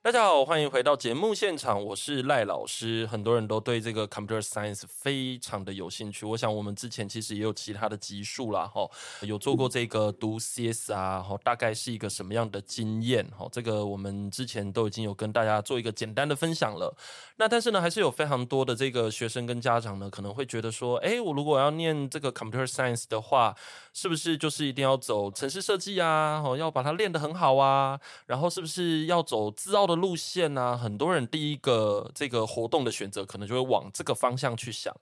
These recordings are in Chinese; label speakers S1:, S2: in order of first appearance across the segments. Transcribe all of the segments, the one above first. S1: 大家好，欢迎回到节目现场，我是赖老师。很多人都对这个 computer science 非常的有兴趣，我想我们之前其实也有其他的集数啦，哈，有做过这个读 CS 啊，哈，大概是一个什么样的经验，哈，这个我们之前都已经有跟大家做一个简单的分享了。那但是呢，还是有非常多的这个学生跟家长呢，可能会觉得说，诶，我如果要念这个 computer science 的话，是不是就是一定要走城市设计啊，哦，要把它练得很好啊，然后是不是要走自傲的路线呢、啊？很多人第一个这个活动的选择，可能就会往这个方向去想。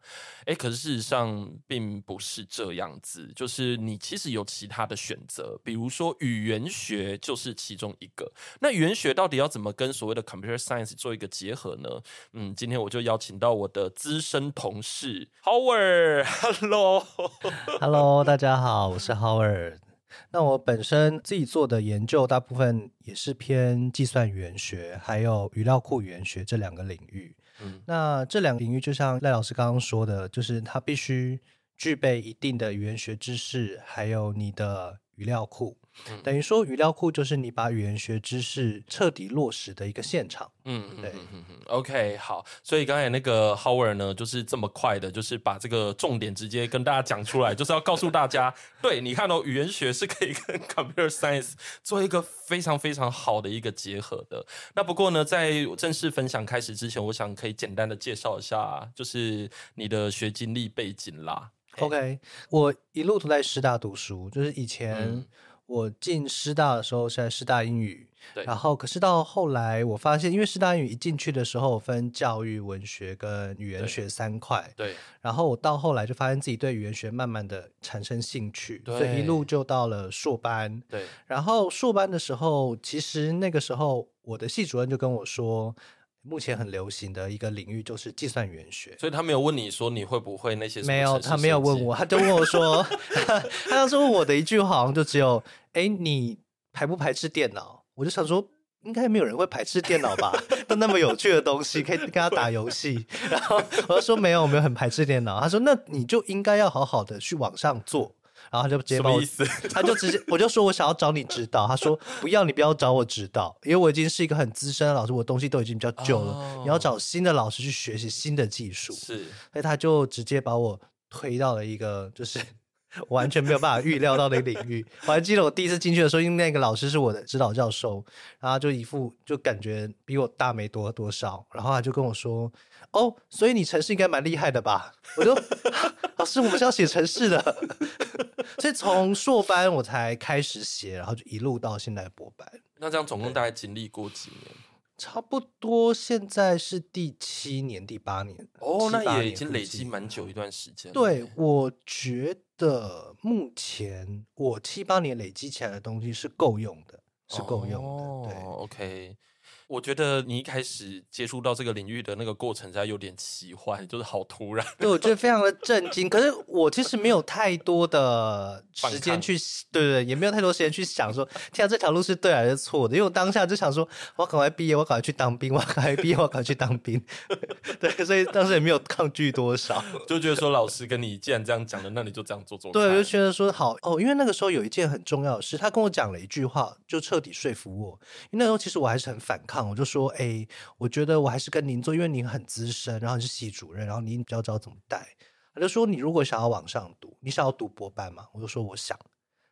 S1: 诶，可是事实上并不是这样子，就是你其实有其他的选择，比如说语言学就是其中一个。那语言学到底要怎么跟所谓的 computer science 做一个结合呢？嗯，今天我就邀请到我的资深同事 Howard，Hello，
S2: Hello，大家好，我是 Howard。那我本身自己做的研究，大部分也是偏计算语言学，还有语料库语言学这两个领域。
S1: 嗯
S2: 那这两个领域，就像赖老师刚刚说的，就是它必须具备一定的语言学知识，还有你的语料库。
S1: 嗯
S2: 等于说，语料库就是你把语言学知识彻底落实的一个现场。
S1: 嗯，嗯
S2: 对
S1: 嗯嗯嗯，OK，好，所以刚才那个 Howard 呢，就是这么快的，就是把这个重点直接跟大家讲出来，就是要告诉大家，对，你看哦，语言学是可以跟 Computer Science 做一个非常非常好的一个结合的。那不过呢，在正式分享开始之前，我想可以简单的介绍一下，就是你的学经历背景啦。
S2: OK，我一路都在师大读书，就是以前
S1: 嗯
S2: 我进师大的时候是在师大英语，
S1: 对
S2: 然后可是到后来我发现，因为师大英语一进去的时候分教育、文学跟语言
S1: 对
S2: 学三块，
S1: 对，
S2: 然后我到后来就发现自己对语言学慢慢的产生兴趣，所以
S1: 对
S2: 一路就到了硕班，
S1: 对，
S2: 然后硕班的时候，其实那个时候我的系主任就跟我说，目前很流行的一个领域就是计算语言学。
S1: 所以他没有问你说你会不会那些什么
S2: 没有，
S1: 城市
S2: 他没有
S1: 设计
S2: 问我，，他就问我说， 他当时问我的一句好像就只有，哎，你排不排斥电脑？我就想说。应该没有人会排斥电脑吧？都那么有趣的东西，可以跟他打游戏。然后我就说没有，我没有很排斥电脑。他说那你就应该要好好的去往上做。然后他就直接
S1: 什
S2: 把
S1: 么
S2: 我
S1: 意，思？
S2: 他就直接我就说我想要找你指导。他说不要，你不要找我指导，因为我已经是一个很资深的老师，我东西都已经比较旧了。
S1: 哦
S2: 你要找新的老师去学习新的技术。
S1: 是。
S2: 所以他就直接把我推到了一个就是 我完全没有办法预料到的领域。我还记得我第一次进去的时候，因为那个老师是我的指导教授，然后他就一副就感觉比我大没多多少，然后他就跟我说：“哦，所以你程式应该蛮厉害的吧？”我就 老师，我们是要写程式的。 所以从硕班我才开始写，然后就一路到现在博班，
S1: 那这样总共大概经历过几年？
S2: 差不多现在是第七年、第八年
S1: 哦，
S2: 七八
S1: 那也
S2: 年
S1: 已经
S2: 估
S1: 累
S2: 计
S1: 积蛮久一段时间了。
S2: 对，我觉得目前我七八年累积起来的东西是够用的，是够用的。
S1: 哦、OK，我觉得你一开始接触到这个领域的那个过程，才有点奇幻，就是好突然。
S2: 对，对我觉得非常的震惊。可是我其实没有太多的
S1: 反
S2: 时间
S1: 抗
S2: 去，对对，也没有太多时间去想说，天啊，这条路是对还是错的？因为我当下就想说，我要赶快毕业，我要赶快去当兵，我要赶快毕业，我要赶快去当兵。 对，所以当时也没有抗拒多少。
S1: 就觉得说老师跟你既然这样讲了，那你就这样做做看。
S2: 对，我就觉得说好哦，因为那个时候有一件很重要的事，他跟我讲了一句话，就彻底说服我。因为那时候其实我还是很反抗，我就说，哎，我觉得我还是跟您做，因为您很资深，然后你是系主任，然后您比较知道怎么带。他就说，你如果想要往上读，你想要读博班嘛？我就说我想。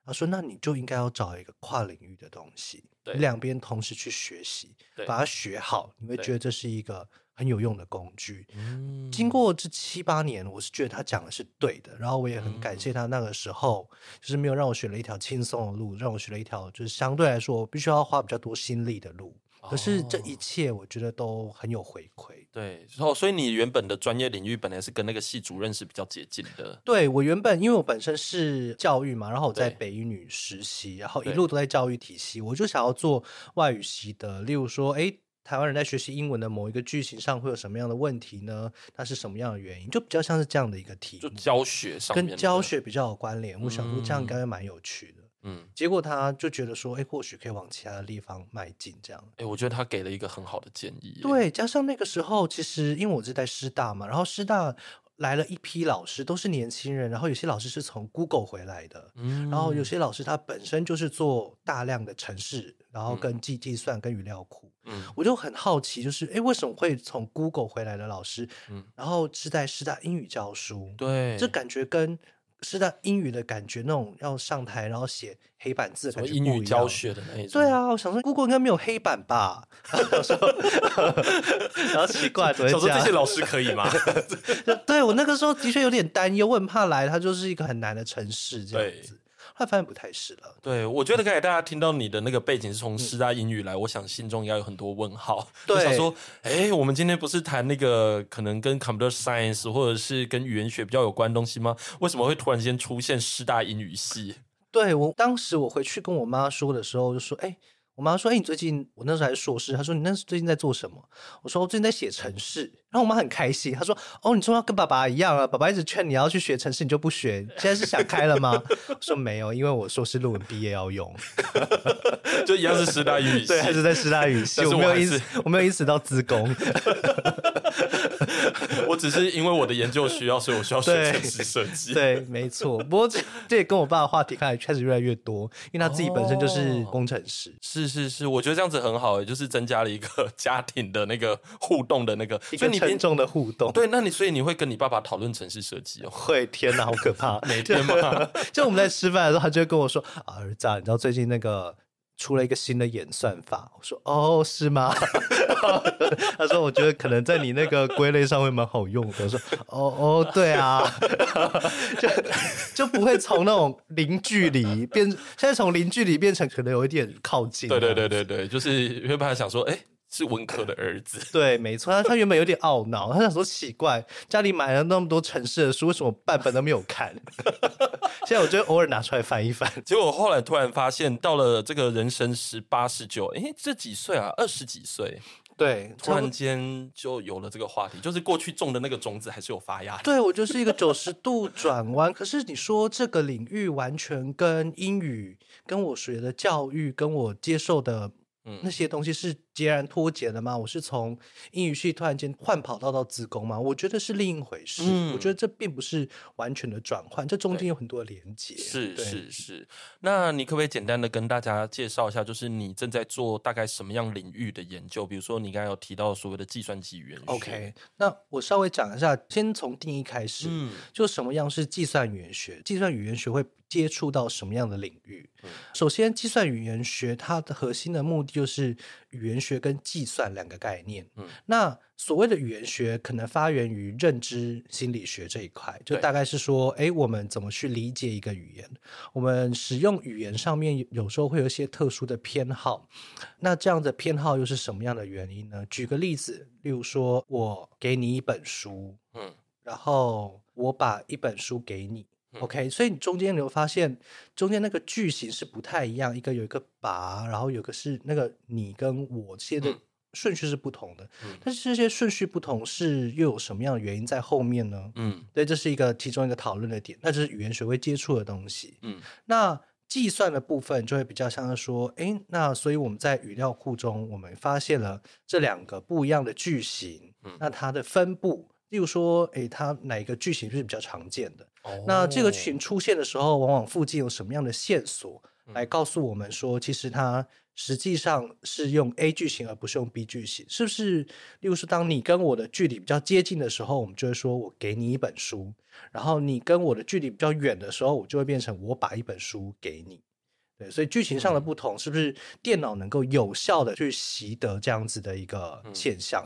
S2: 他说，那你就应该要找一个跨领域的东西，
S1: 对
S2: 你两边同时去学习，
S1: 对
S2: 把它学好，你会
S1: 对
S2: 觉得这是一个很有用的工具。
S1: 嗯
S2: 经过这七八年，我是觉得他讲的是对的，然后我也很感
S1: 嗯
S2: 谢他那个时候，就是没有让我选了一条轻松的路，让我选了一条就是相对来说我必须要花比较多心力的路。可是这一
S1: 哦
S2: 切，我觉得都很有回馈。
S1: 对，然后所以你原本的专业领域本来是跟那个系主任是比较接近的。
S2: 对我原本因为我本身是教育嘛，然后我在
S1: 对
S2: 北一女实习，然后一
S1: 对
S2: 路都在教育体系，我就想要做外语系的，例如说，诶，台湾人在学习英文的某一个句型上会有什么样的问题呢？它是什么样的原因？就比较像是这样的一个题
S1: 就
S2: 目。
S1: 教学上面
S2: 跟
S1: 的
S2: 教学比较有关联。我想说这样
S1: 嗯
S2: 应该蛮有趣的。
S1: 嗯，
S2: 结果他就觉得说，哎，或许可以往其他的地方迈进，这样。
S1: 哎，我觉得他给了一个很好的建议耶。
S2: 对，加上那个时候，其实因为我是在师大嘛，然后师大来了一批老师，都是年轻人，然后有些老师是从 Google 回来的，
S1: 嗯，
S2: 然后有些老师他本身就是做大量的城市，然后跟计计算跟语料库，
S1: 嗯
S2: 我就很好奇，就是哎，诶为什么会从 Google 回来的老师，
S1: 嗯
S2: 然后是在师大英语教书？
S1: 对，
S2: 这感觉跟师大英语的感觉，那种要上台然后写黑板字的
S1: 什么
S2: 感觉
S1: 英
S2: 不
S1: 语
S2: 一
S1: 教
S2: 样
S1: 学的那一种。
S2: 对，啊，我想说 Google 应该没有黑板 吧， 然后奇 怪，怎么
S1: 想说
S2: 会这
S1: 这些
S2: 样？
S1: 老师可以 吗？
S2: 对我那个时候的确有点担忧，我很怕来它就是一个很难的城市这样子，后来发现不太是了。
S1: 对，我觉得刚才大家听到你的那个背景是从师大英语来，我想心中应该有很多问号。
S2: 嗯对
S1: 我想说，哎，我们今天不是谈那个可能跟 computer science 或者是跟语言学比较有关的东西吗？为什么会突然间出现师大英语系？
S2: 对我当时我回去跟我妈说的时候，就说：“哎、我妈说，哎、你最近我那时候还是硕士，她说你那是最近在做什么？我说我最近在写程式。然后我妈很开心，她说：哦，你终于要跟爸爸一样啊，爸爸一直劝你要去学程式，你就不学，现在是想开了吗？我说没有，因为我硕士论文毕业要 用，
S1: 就一样是师大英语系。
S2: 对，还是在师大语系，
S1: 但是
S2: 我没有
S1: 我还
S2: 因此我没有因此到 自工，
S1: 我只是因为我的研究需要，所以我需要学
S2: 对
S1: 城市设计。
S2: 对，没错。不过这这也跟我爸的话题开始开始越来越多，因为他自己本身就是
S1: 哦
S2: 工程师。
S1: 是是是，我觉得这样子很好，也欸就是增加了一个 家庭的那个 互动的那个。
S2: 一
S1: 所以
S2: 个
S1: 你
S2: 沉
S1: 平
S2: 重的互动，
S1: 对，那你所以你会跟你爸爸讨论城市设计哦。
S2: 会，天哪，好可怕！ 每
S1: 天吗
S2: 就我们在吃饭的时候，他就会跟我说：“啊儿子啊，你知道最近那个出了一个新的演算法。”我说：“哦，是吗？” 他说：“我觉得可能在你那个归类上会蛮好用的。”我说：“哦哦，对啊， 就就不会从那种零距离变，现在从零距离变成可能有一啊点靠近。”
S1: 对对对。对对，就是原本还想说，哎、是文科的儿子。
S2: 对，没错，他他原本有点懊恼，他想说奇怪，家里买了那么多城市的书，为什么半本都没有看？ 现在我就偶尔拿出来翻一翻。
S1: 结果后来突然发现，到了这个人生十八、十九，哎，这几岁啊？二十几岁，
S2: 对，
S1: 突然间就有了这个话题，就是过去种的那个种子还是有发芽的。
S2: 对我就是一个九十度转弯。可是你说这个领域完全跟英语、跟我学的教育、跟我接受的
S1: 嗯
S2: 那些东西是截然脱节的吗？我是从英语系突然间换跑道到自工吗？我觉得是另一回事。我觉
S1: 嗯
S2: 得这并不是完全的转换，这中
S1: 对
S2: 间有很多的连接。
S1: 是
S2: 对
S1: 是是，那你可不可以简单的跟大家介绍一下，就是你正在做大概什么样领域的研究？比如说你刚才有提到所谓的计算机语言学
S2: OK，那我稍微讲一下，先从定义开始，
S1: 嗯
S2: 就什么样是计算语言学？计算语言学会接触到什么样的领域？
S1: 嗯
S2: 首先，计算语言学它的核心的目的就是语言学跟计算两个概念。
S1: 嗯
S2: 那所谓的语言学，可能发源于认知心理学这一块，就
S1: 对
S2: 大概是说，哎，我们怎么去理解一个语言？我们使用语言上面有有时候会有一些特殊的偏好，那这样的偏好又是什么样的原因呢？举个例子，例如说我给你一本书，
S1: 嗯
S2: 然后我把一本书给你。
S1: 嗯
S2: OK，所以你中间你会发现，中间那个句型是不太一样，一个有一个把，然后有一个是那个你跟我之间的
S1: 嗯
S2: 顺序是不同的。
S1: 嗯
S2: 但是这些顺序不同是又有什么样的原因在后面呢？
S1: 嗯
S2: 对，这是一个其中一个讨论的点，那就是语言学会接触的东西。
S1: 嗯
S2: 那计算的部分就会比较像是说，诶，那所以我们在语料库中，我们发现了这两个不一样的句型，
S1: 嗯
S2: 那它的分布，例如说，诶，它哪一个句型是比较常见的？
S1: 哦
S2: 那这个句型出现的时候，往往附近有什么样的线索
S1: 嗯
S2: 来告诉我们说，其实它实际上是用 A 句型而不是用 B 句型，是不是？例如说，当你跟我的距离比较接近的时候，我们就会说我给你一本书；然后你跟我的距离比较远的时候，我就会变成我把一本书给你。对，所以剧情上
S1: 嗯
S2: 的不同，是不是电脑能够有效的去习得这样子的一个现象？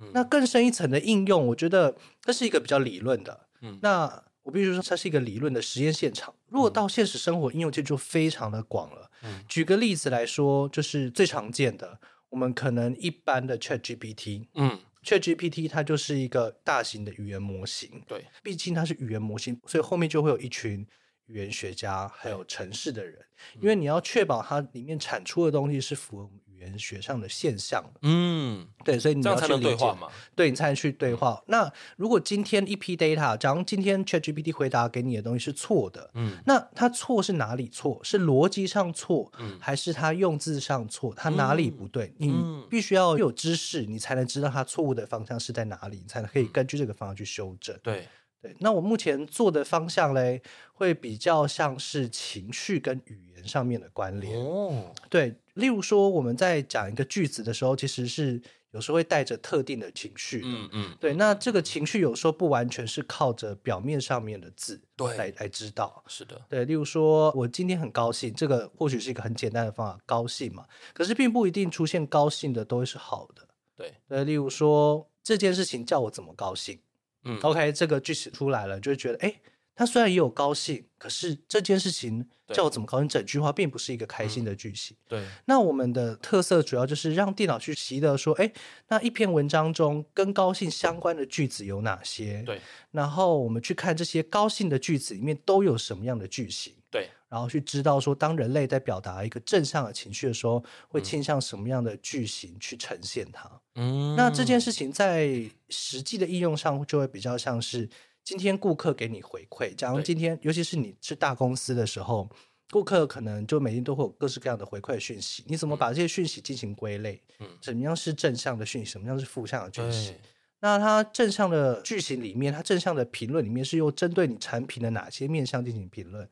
S1: 嗯
S2: 那更深一层的应用，我觉得这是一个比较理论的。
S1: 嗯
S2: 那我必须说，它是一个理论的实验现场。如果到现实生活应用，这就非常的广了。
S1: 嗯
S2: 举个例子来说，就是最常见的，我们可能一般的 Chat GPT。
S1: 嗯
S2: ChatGPT 它就是一个大型的语言模型，
S1: 对，
S2: 毕竟它是语言模型，所以后面就会有一群语
S1: 嗯
S2: 言学家还有城市的人，因为你要确保它里面产出的东西是符合我们语言言学上的现象。
S1: 嗯，
S2: 对，所以你
S1: 这样
S2: 要
S1: 才
S2: 去
S1: 能对
S2: 理解
S1: 话，嘛。
S2: 对你才能去对话。那如果今天一批 data，假如今天 ChatGPT 回答给你的东西是错的，
S1: 嗯
S2: 那它错是哪里错？是逻辑上错，
S1: 嗯
S2: 还是它用字上错？它哪里不对？
S1: 嗯
S2: 你必须要有知识，你才能知道它错误的方向是在哪里，你才能可以
S1: 嗯
S2: 根据这个方向去修正。
S1: 对，
S2: 对，那我目前做的方向嘞，会比较像是情绪跟语言上面的关联。
S1: 哦，
S2: 对，例如说我们在讲一个句子的时候，其实是有时候会带着特定的情绪的。
S1: 嗯嗯，
S2: 对，那这个情绪有时候不完全是靠着表面上面的字
S1: 对
S2: 来来知道。
S1: 是的，
S2: 对，例如说，我今天很高兴，这个或许是一个很简单的方法，高兴嘛。可是并不一定出现高兴的都会是好的。
S1: 对，
S2: 对，例如说这件事情叫我怎么高兴
S1: 嗯，
S2: ，OK，这个句子出来了，就会觉得，哎，他虽然也有高兴，可是这件事情
S1: 对
S2: 叫我怎么高兴，整句话并不是一个开心的句型。
S1: 对，
S2: 那我们的特色主要就是让电脑去习得说，哎，那一篇文章中跟高兴相关的句子有哪些？
S1: 对，
S2: 然后我们去看这些高兴的句子里面都有什么样的句型，
S1: 对，
S2: 然后去知道说，当人类在表达一个正向的情绪的时候，会倾向什么样的句型去呈现它。
S1: 嗯，
S2: 那这件事情在实际的应用上，就会比较像是今天顾客给你回馈，假如
S1: 对
S2: 今天，尤其是你是大公司的时候，顾客可能就每天都会有各式各样的回馈讯息，你怎么把这些讯息进行归类？
S1: 嗯
S2: 怎么样是正向的讯息，什么样是负向的讯息
S1: 对？，
S2: 那它正向的句型里面，它正向的评论里面是又针对你产品的哪些面向进行评论？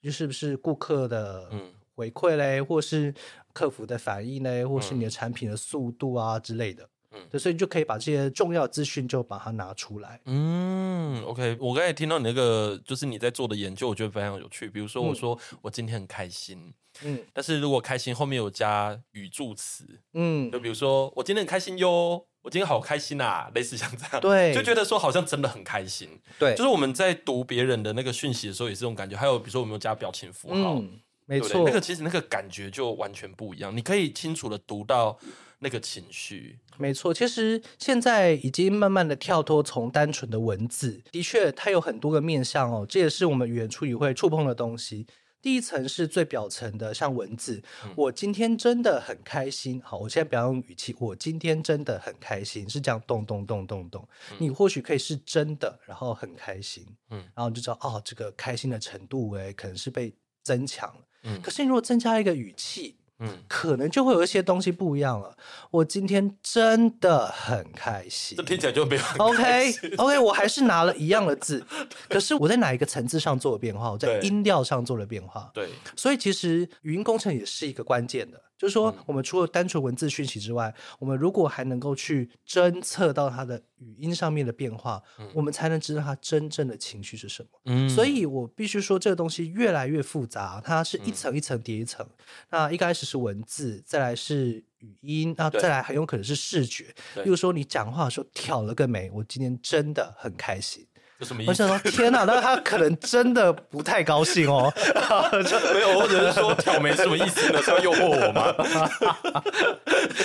S2: 就是不是顾客的
S1: 嗯
S2: 回馈嘞，或是客服的反应嘞，或是
S1: 嗯
S2: 你的产品的速度啊之类的。
S1: 嗯
S2: 对，所以你就可以把这些重要资讯就把它拿出来。
S1: 嗯，OK，我刚才听到你那个就是你在做的研究，我觉得非常有趣。比如说，我
S2: 嗯
S1: 说我今天很开心，
S2: 嗯
S1: 但是如果开心后面有加语助词，就
S2: 嗯，
S1: 比如说我今天很开心哟，我今天好开心啊，类似像这样，
S2: 对
S1: 就觉得说好像真的很开心。
S2: 对
S1: 就是我们在读别人的那个讯息的时候，也是这种感觉。还有比如说，我们有加表情符号，
S2: 嗯，没
S1: 对不对？
S2: 错
S1: 那，个其实那个感觉就完全不一样，你可以清楚的读到那个情绪。
S2: 没错。其实现在已经慢慢的跳脱从单纯的文字，的确它有很多个面向哦，这也是我们语言处理会触碰的东西。第一层是最表层的，像文字。我今天真的很开心。好，我现在不要用语气，我今天真的很开心，是这样咚咚咚咚咚。你或许可以是真的，然后很开心，
S1: 嗯
S2: 嗯，然后你就知道哦，这个开心的程度，哎，可能是被增强了。
S1: 嗯
S2: 可是你如果增加一个语气，
S1: 嗯，
S2: 可能就会有一些东西不一样了。我今天真的很开心
S1: 这。听起来就没有很开
S2: OK
S1: 心
S2: OK，我还是拿了一样的字，可是我在哪一个层次上做了变化？我在
S1: 对
S2: 音调上做了变化。
S1: 对，
S2: 所以其实语音工程也是一个关键的，就是说
S1: 嗯
S2: 我们除了单纯文字讯息之外，我们如果还能够去侦测到它的语音上面的变化，我们才能知道它真正的情绪是什么。
S1: 嗯
S2: 所以我必须说，这个东西越来越复杂，它是一
S1: 嗯
S2: 层一层叠一层。那一开始是文字，再来是语音，那
S1: 对
S2: 再来很有可能是视觉。
S1: 对
S2: 例如说，你讲话的时候挑了个眉，我今天真的很开心。
S1: 这什么意
S2: 我
S1: 思？
S2: 想说，天哪，那他可能真的不太高兴哦。
S1: 没有，或者是 说挑眉什么意思呢？是要诱惑我吗？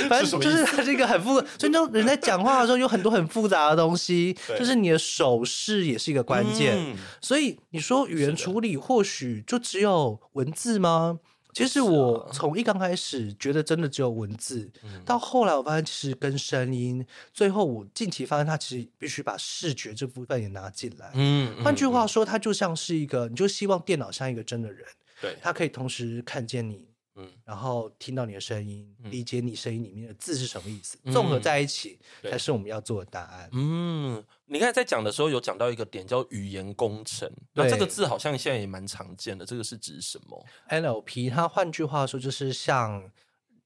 S2: 反
S1: 是什
S2: 正
S1: 么
S2: 就
S1: 意
S2: 是它是一个很复，所以就人在讲话的时候有很多很复杂的东西
S1: 对，
S2: 就是你的手势也是一个关键。
S1: 嗯
S2: 所以你说语言处理或许就只有文字吗？其
S1: 啊
S2: 实我从一刚开始觉得真的只有文字，
S1: 嗯
S2: 到后来我发现其实跟声音，最后我近期发现它其实必须把视觉这部分也拿进来。
S1: 嗯
S2: 换句话说，它就像是一个，你就希望电脑像一个真的人，
S1: 对，
S2: 它可以同时看见你，
S1: 嗯
S2: 然后听到你的声音，
S1: 嗯
S2: 理解你声音里面的字是什么意思，
S1: 嗯
S2: 综合在一起
S1: 对
S2: 才是我们要做的答案。
S1: 嗯，你刚才在讲的时候有讲到一个点叫语言工程，那
S2: 对
S1: 这个字好像现在也蛮常见的，这个是指什么？
S2: NLP 它换句话说就是像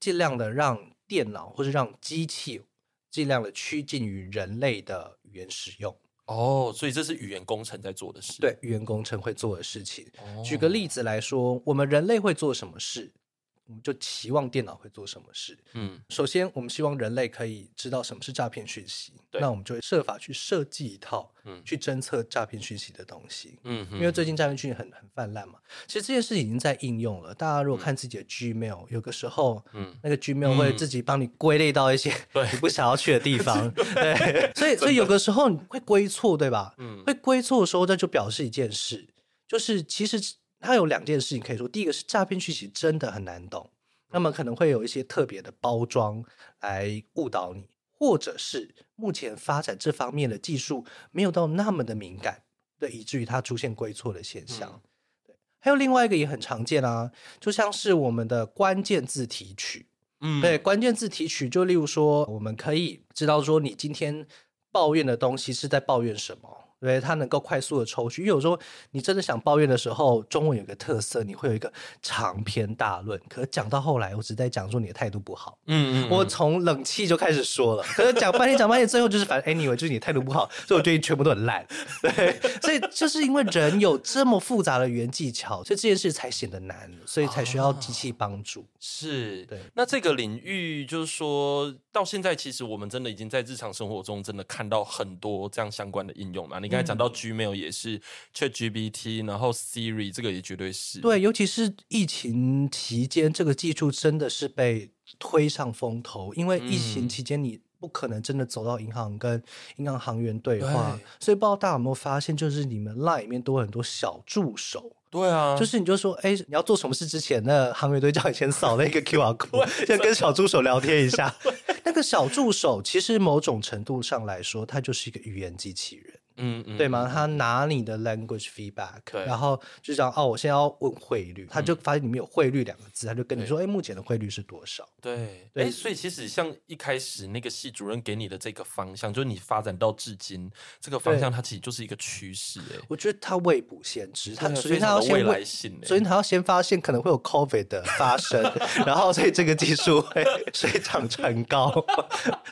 S2: 尽量的让电脑或是让机器尽量的趋近于人类的语言使用，
S1: 哦，所以这是语言工程在做的事。，
S2: 对语言工程会做的事情。
S1: 哦
S2: 举个例子来说，我们人类会做什么事，我们就期望电脑会做什么事。
S1: 嗯
S2: 首先，我们希望人类可以知道什么是诈骗讯息，
S1: 对
S2: 那我们就会设法去设计一套
S1: 嗯
S2: 去侦测诈骗讯息的东西。
S1: 嗯，
S2: 因为最近诈骗讯息很很泛滥嘛，其实这件事已经在应用了。大家如果看自己的 Gmail，、有个时候，
S1: 嗯
S2: 那个 Gmail 会自己帮你归类到一些
S1: 对
S2: 你不想要去的 地方，对，所以所以有个时候你会归错，对吧？
S1: 嗯
S2: 会归错的时候，那就表示一件事，就是其实它有两件事情可以说，第一个是诈骗讯息真的很难懂，那么可能会有一些特别的包装来误导你，或者是目前发展这方面的技术没有到那么的敏感，对，以至于它出现归错的现象。
S1: 嗯
S2: 对，还有另外一个也很常见啊，就像是我们的关键字提取，
S1: 嗯，
S2: 对，，关键字提取，就例如说，我们可以知道说你今天抱怨的东西是在抱怨什么。对，它能够快速的抽取，因为有时候你真的想抱怨的时候，中文有个特色，你会有一个长篇大论。可讲到后来，我只在讲说你的态度不好，
S1: 嗯嗯，
S2: 我从冷气就开始说了，可是讲半天讲半天，最后就是反正 anyway 就是你态度不好，所以我觉得你全部都很烂。对，所以就是因为人有这么复杂的语言技巧，所以这件事才显得难，所以才需要机器
S1: 啊
S2: 帮助。
S1: 是
S2: 对。
S1: 那这个领域，就是说到现在，其实我们真的已经在日常生活中真的看到很多这样相关的应用嘛。你刚才讲到
S2: 嗯
S1: Gmail 也是，ChatGPT，然后 Siri 这个也绝对是。
S2: 对，尤其是疫情期间，这个技术真的是被推上风头，因为疫情
S1: 嗯
S2: 期间你不可能真的走到银行跟银行行员对话
S1: 对，
S2: 所以不知道大家有没有发现，就是你们 LINE 里面都有很多小助手。
S1: 对啊，
S2: 就是你就说，哎、你要做什么事之前，那行员都会叫你先扫那个 QR code，先跟小助手聊天一下。那个小助手其实某种程度上来说，它就是一个语言机器人，
S1: 嗯嗯，
S2: 对吗？他拿你的 language feedback，
S1: 对
S2: 然后就讲哦，我现在要问汇率，他就发现里面有汇率两个字，他就跟你说，哎、目前的汇率是多少？
S1: 对，
S2: 对
S1: 哎，所以其实像一开始那个系主任给你的这个方向，就是你发展到至今这个方向，它其实就是一个趋势，哎，
S2: 我觉得他未卜先知，他
S1: 对啊
S2: 首先
S1: 非
S2: 他
S1: 常
S2: 要
S1: 的
S2: 先
S1: 未
S2: 问
S1: 来性，哎
S2: 所以他要先发现可能会有 COVID 的发 生，然后所以这个技术会 水涨船高，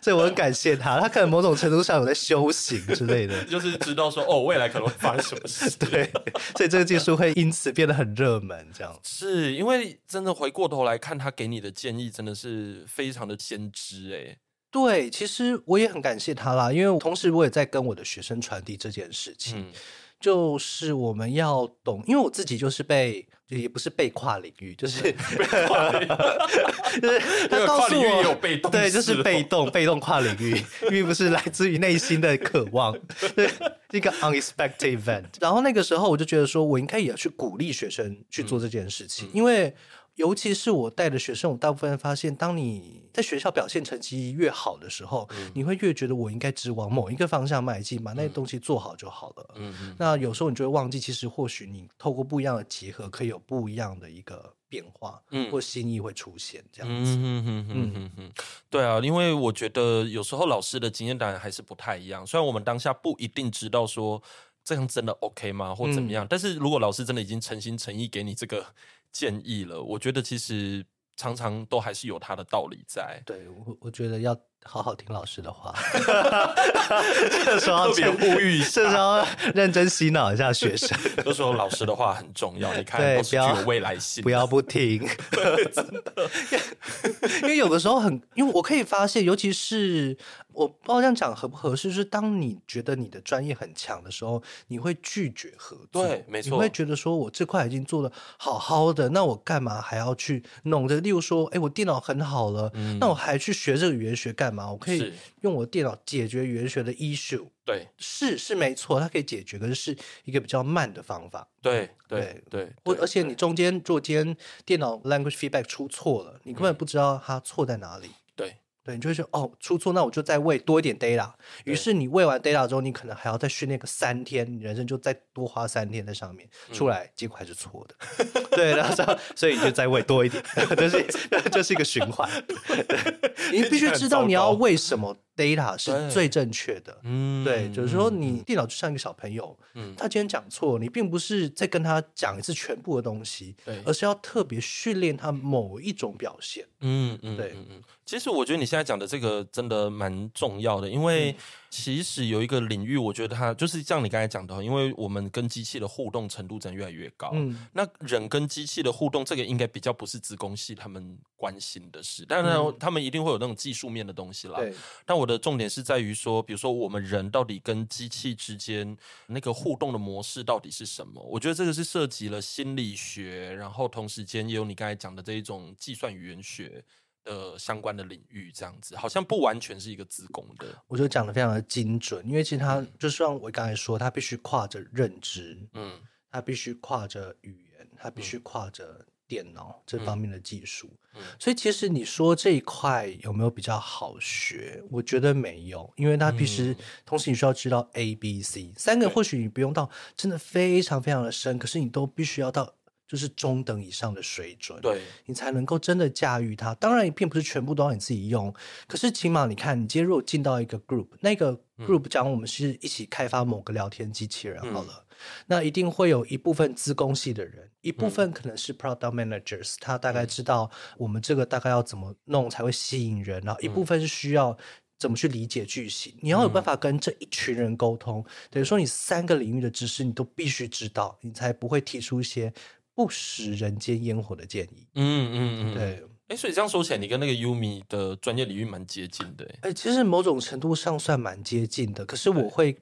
S2: 所以我很感谢他，他可能某种程度上有在修行之类的，
S1: 就是知道说哦，未来可能会发生什么事。
S2: 对，所以这个技术会因此变得很热门，这样。
S1: 是因为真的回过头来看，他给你的建议真的是非常的先知哎、
S2: 对，其实我也很感谢他啦，因为同时我也在跟我的学生传递这件事情，
S1: 嗯，
S2: 就是我们要懂，因为我自己就是被，就也不是被跨领域， 就是 就是
S1: 因为
S2: 他告
S1: 跨
S2: 诉
S1: 领域也
S2: 我
S1: 有被动
S2: 对，
S1: 式
S2: 就是被
S1: 哦
S2: 动，被动跨领域，并不是来自于内心的渴望，对，一个 unexpected event。然后那个时候我就觉得说，我应该也要去鼓励学生去
S1: 嗯
S2: 做这件事情，因为。尤其是我带的学生，我大部分发现，当你在学校表现成绩越好的时候，
S1: 嗯
S2: 你会越觉得我应该只往某一个方向迈进，把那些东西做好就好了。
S1: 嗯嗯
S2: 那有时候你就会忘记，其实或许你透过不一样的结合，可以有不一样的一个变化，
S1: 嗯
S2: 或新意会出现这样子。
S1: 嗯哼哼哼哼哼，对啊，因为我觉得有时候老师的经验当然还是不太一样，虽然我们当下不一定知道说这样真的 OK 吗，或
S2: 嗯
S1: 怎么样，但是如果老师真的已经诚心诚意给你这个 建议了，我觉得其实常常都还是有他的道理在。
S2: 对我，我觉得要好好听老师 的话，这时候
S1: 特别呼吁一
S2: 这时候认真洗脑一下学生，
S1: 就说老师的话很重要，你看
S2: 对
S1: 都是具
S2: 不要
S1: 有未来性的，
S2: 不要 不听。因为有的时候很，因为我可以发现，尤其是我不知道这样讲合不合适，就是当你觉得你的专业很强的时候，你会拒绝合作，
S1: 对没错
S2: 你会觉得说我这块已经做的好好的，那我干嘛还要去弄这个？例如说，哎，我电脑很好了，
S1: 嗯
S2: 那我还去学这个语言学干嘛？我可
S1: 是
S2: 以用我电脑解决语言学的 issue。
S1: 对
S2: 是是没错，它可以解决，可是是一个比较慢的方法。
S1: 对对对，
S2: 或
S1: 对
S2: 而且你中间如果今天电脑 language feedback 出错了，你
S1: 嗯
S2: 根本不知道它错在哪里。
S1: 对
S2: 对，你就会说哦，出错，那我就再喂多一点 data。于
S1: 对
S2: 是你喂完 data 之后，你可能还要再训练个三天，你人生就再多花三天在上面，
S1: 嗯
S2: 出来、结果还是错的。 对，然后之后所以你就再喂多一点， 就是就是一个循环。对你 必须知道你要喂什么 data
S1: 对
S2: 是最正确的。
S1: 嗯
S2: 对，就是说你电脑就像一个小朋友，
S1: 嗯
S2: 他今天讲错，你并不是在跟他讲一次全部的东西，
S1: 对
S2: 而是要特别训练他某一种表现。
S1: 嗯嗯，
S2: 对
S1: 嗯嗯。其实我觉得你现在讲的这个真的蛮重要的，因
S2: 嗯
S1: 为其实有一个领域，我觉得它就是像你刚才讲的，哦因为我们跟机器的互动程度真的越来越高。
S2: 嗯，
S1: 那人跟机器的互动，这个应该比较不是职工系他们关心的事，当然
S2: 嗯
S1: 他们一定会有那种技术面的东西啦。
S2: 对，
S1: 但我的重点是在于说，比如说我们人到底跟机器之间那个互动的模式到底是什么？我觉得这个是涉及了心理学，然后同时间也有你刚才讲的这一种计算语言学的相关的领域，这样子好像不完全是一个自工的。
S2: 我就讲的非常的精准，因为其实他就像我刚才说，他必须跨着认知，
S1: 嗯
S2: 他必须跨着语言，他必须跨着电脑这方面的技术。
S1: 嗯
S2: 所以其实你说这一块有没有比较好学？我觉得没有，因为它必须、
S1: 嗯
S2: 同时你需要知道 A、B、C 三个，
S1: 对
S2: 或许你不用到真的非常非常的深，可是你都必须要到就是中等以上的水准。
S1: 对，
S2: 你才能够真的驾驭它。当然，也并不是全部都让你自己用，可是起码你看，你今天如果进到一个 group，那个 group 讲我们是一起开发某个聊天机器人好了，那一定会有一部分资工系的人，一部分可能是 product managers，、他大概知道我们这个大概要怎么弄才会吸引人，然后一部分是需要。怎么去理解句型？你要有办法跟这一群人沟通，等于说你三个领域的知识你都必须知道，你才不会提出一些不食人间烟火的建议。
S1: 嗯嗯嗯，
S2: 对，
S1: 哎，所以这样说起来，你跟那个 Yumi 的专业领域蛮接近的，欸诶
S2: 哎、其实某种程度上算蛮接近的，可是我会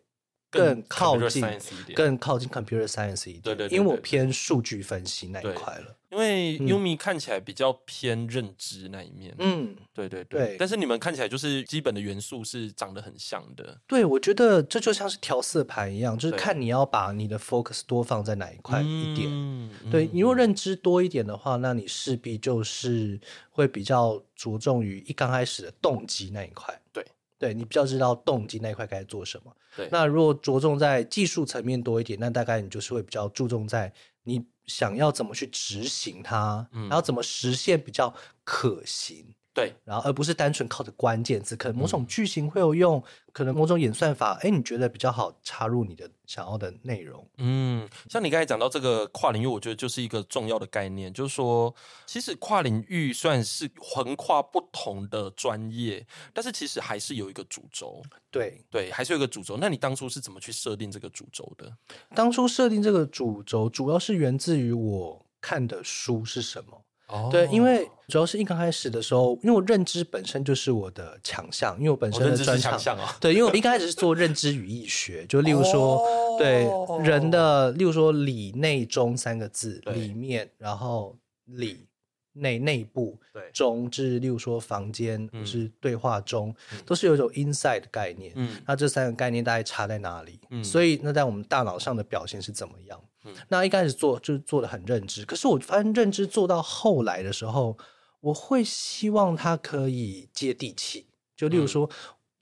S1: 更
S2: 更靠
S1: computer
S2: 近
S1: science 一，点
S2: 更靠近 computer science 一点，
S1: 对对对
S2: 因为我
S1: 对对
S2: 偏数据分析那一
S1: 对
S2: 块了。
S1: 因为 Yumi 看起来比较偏认知那一面。
S2: 嗯，
S1: 对对
S2: 对
S1: 但是你们看起来就是基本的元素是长得很像的，
S2: 对，我觉得这就像是调色盘一样，就是
S1: 对
S2: 看你要把你的 focus 多放在哪一块一点。
S1: 嗯
S2: 对
S1: 嗯
S2: 你若
S1: 嗯
S2: 认知多一点的话，那你势必就是会比较着重于一刚开始的动机那一块。
S1: 对，
S2: 对你比较知道动机那一块该做什么。
S1: 对
S2: 那如果着重在技术层面多一点，那大概你就是会比较注重在你想要怎么去执行它，
S1: 嗯
S2: 然后怎么实现比较可行。
S1: 对，
S2: 然后而不是单纯靠着关键字，可能某种
S1: 嗯
S2: 句型会有用，可能某种演算法，哎，你觉得比较好插入你的想要的内容。
S1: 嗯，像你刚才讲到这个跨领域，我觉得就是一个重要的概念，就是说，其实跨领域算是横跨不同的专业，但是其实还是有一个主轴，
S2: 对，
S1: 对，还是有一个主轴。那你当初是怎么去设定这个主轴的？
S2: 当初设定这个主轴，主要是源自于我看的书是什么。
S1: 哦
S2: 对，因为主要是一刚开始的时候，因为我认知本身就是我的强项，因为我本
S1: 我
S2: 身
S1: 认
S2: 的
S1: 知是
S2: 专
S1: 强
S2: 长。
S1: 项哦，
S2: 对，因为我一开始是做认知语义学，就 例如说，
S1: 哦
S2: 对人的，例如说里内中三个字，
S1: 对
S2: 里面，然后里内内部，
S1: 对
S2: 中就是例如说房间，
S1: 嗯
S2: 或是对话中，都是有一种 inside 的概念。
S1: 嗯
S2: 那这三个概念大概差在哪里？
S1: 嗯
S2: 所以那在我们大脑上的表现是怎么样？
S1: 嗯
S2: 那一开始做就是做的很认知，可是我发现认知做到后来的时候，我会希望它可以接地气。就例如说，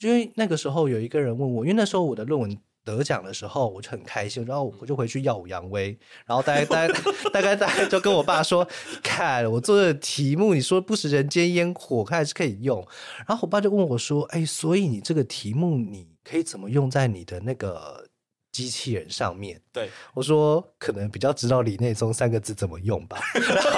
S2: 因为那个时候有一个人问我，因为那时候我的论文。得奖的时候我就很开心，然后我就回去耀武扬威，然后大概大概大概大概就跟我爸说：“ 你看我做的题目，你说不食人间烟火，看来是可以用。”然后我爸就问我说：“哎，所以你这个题目你可以怎么用在你的那个机器人上面？”
S1: 对，
S2: 我说可能比较知道“李内宗”三个字怎么用吧。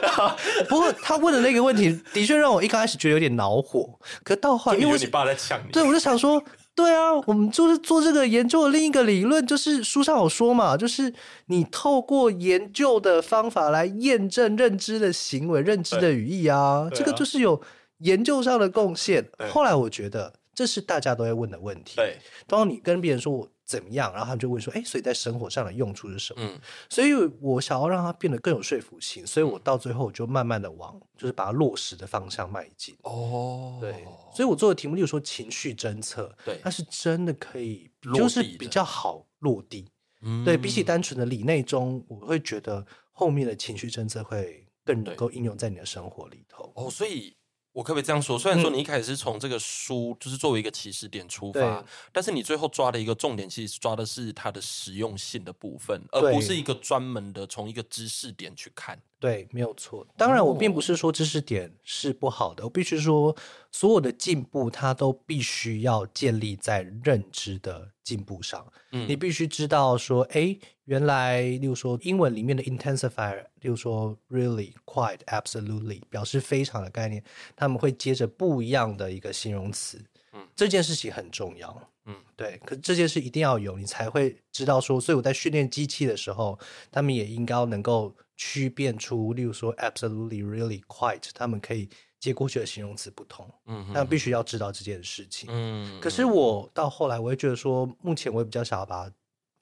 S2: 然后不过他问的那个问题，的确让我一开始觉得有点恼火，可到后来，
S1: 就
S2: 因
S1: 以
S2: 为
S1: 为
S2: 我
S1: 你爸在呛你，
S2: 对，我就想说，对啊，我们就是做这个研究的另一个理论，就是书上有说嘛，就是你透过研究的方法来验证认知的行为、认知的语义啊，
S1: 对
S2: 这个
S1: 啊
S2: 就是有研究上的贡献
S1: 对。
S2: 后来我觉得这是大家都会问的问题。
S1: 对，
S2: 当你跟别人说我怎么样，然后他们就问说，哎，所以在生活上的用处是什么？
S1: 嗯
S2: 所以我想要让它变得更有说服性，所以我到最后我就慢慢的往就是把它落实的方向迈进。
S1: 哦，
S2: 对，所以我做的题目，例如说情绪侦测，
S1: 对
S2: 它是真的可以，
S1: 落地
S2: 就是
S1: 的
S2: 比较好落地。
S1: 嗯
S2: 对比起单纯的理内中，我会觉得后面的情绪侦测会更
S1: 对
S2: 能够应用在你的生活里头。
S1: 哦，所以我可不可以这样说？虽然说
S2: 嗯
S1: 你一开始是从这个书，就是作为一个起始点出发
S2: 对，
S1: 但是你最后抓的一个重点，其实抓的是它的实用性的部分，而
S2: 对
S1: 不是一个专门的从一个知识点去看。
S2: 对，没有错。当然，我并
S1: 哦
S2: 不是说知识点是不好的，我必须说，所有的进步它都必须要建立在认知的进步上。
S1: 嗯
S2: 你必须知道说，哎，原来，例如说英文里面的 intensifier，例如说 really、quite、absolutely，表示非常的概念，他们会接着不一样的一个形容词。
S1: 嗯
S2: 这件事情很重要。
S1: 嗯，
S2: 对，可这件事一定要有，你才会知道说，所以我在训练机器的时候，他们也应该能够区辨出，例如说 absolutely、really、quite，他们可以接过去的形容词不同，
S1: 嗯
S2: 但必须要知道这件事情。
S1: 嗯
S2: 可是我到后来，我会觉得说，目前我也比较想要把它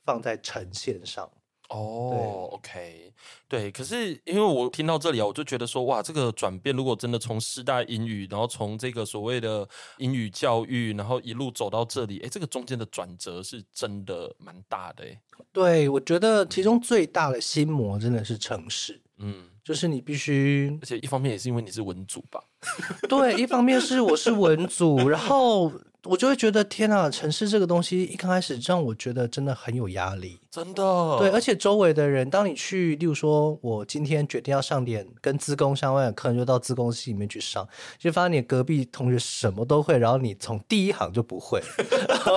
S2: 放在呈现上。
S1: 哦，OK，对，可是因为我听到这里啊，我就觉得说，哇，这个转变如果真的从师大英语，然后从这个所谓的英语教育，然后一路走到这里，哎，这个中间的转折是真的蛮大的，诶
S2: 对，我觉得其中最大的心魔真的是城市。
S1: 嗯，
S2: 就是你必须
S1: 而且一方面也是因为你是文组吧，
S2: 对，一方面是我是文组，然后我就会觉得天呐，城市这个东西一刚开始让我觉得真的很有压力。
S1: 真的。
S2: 对，而且周围的人，当你去，例如说，我今天决定要上点跟资工相关的课，就到资工系里面去上，就发现你隔壁同学什么都会，然后你从第一行就不会，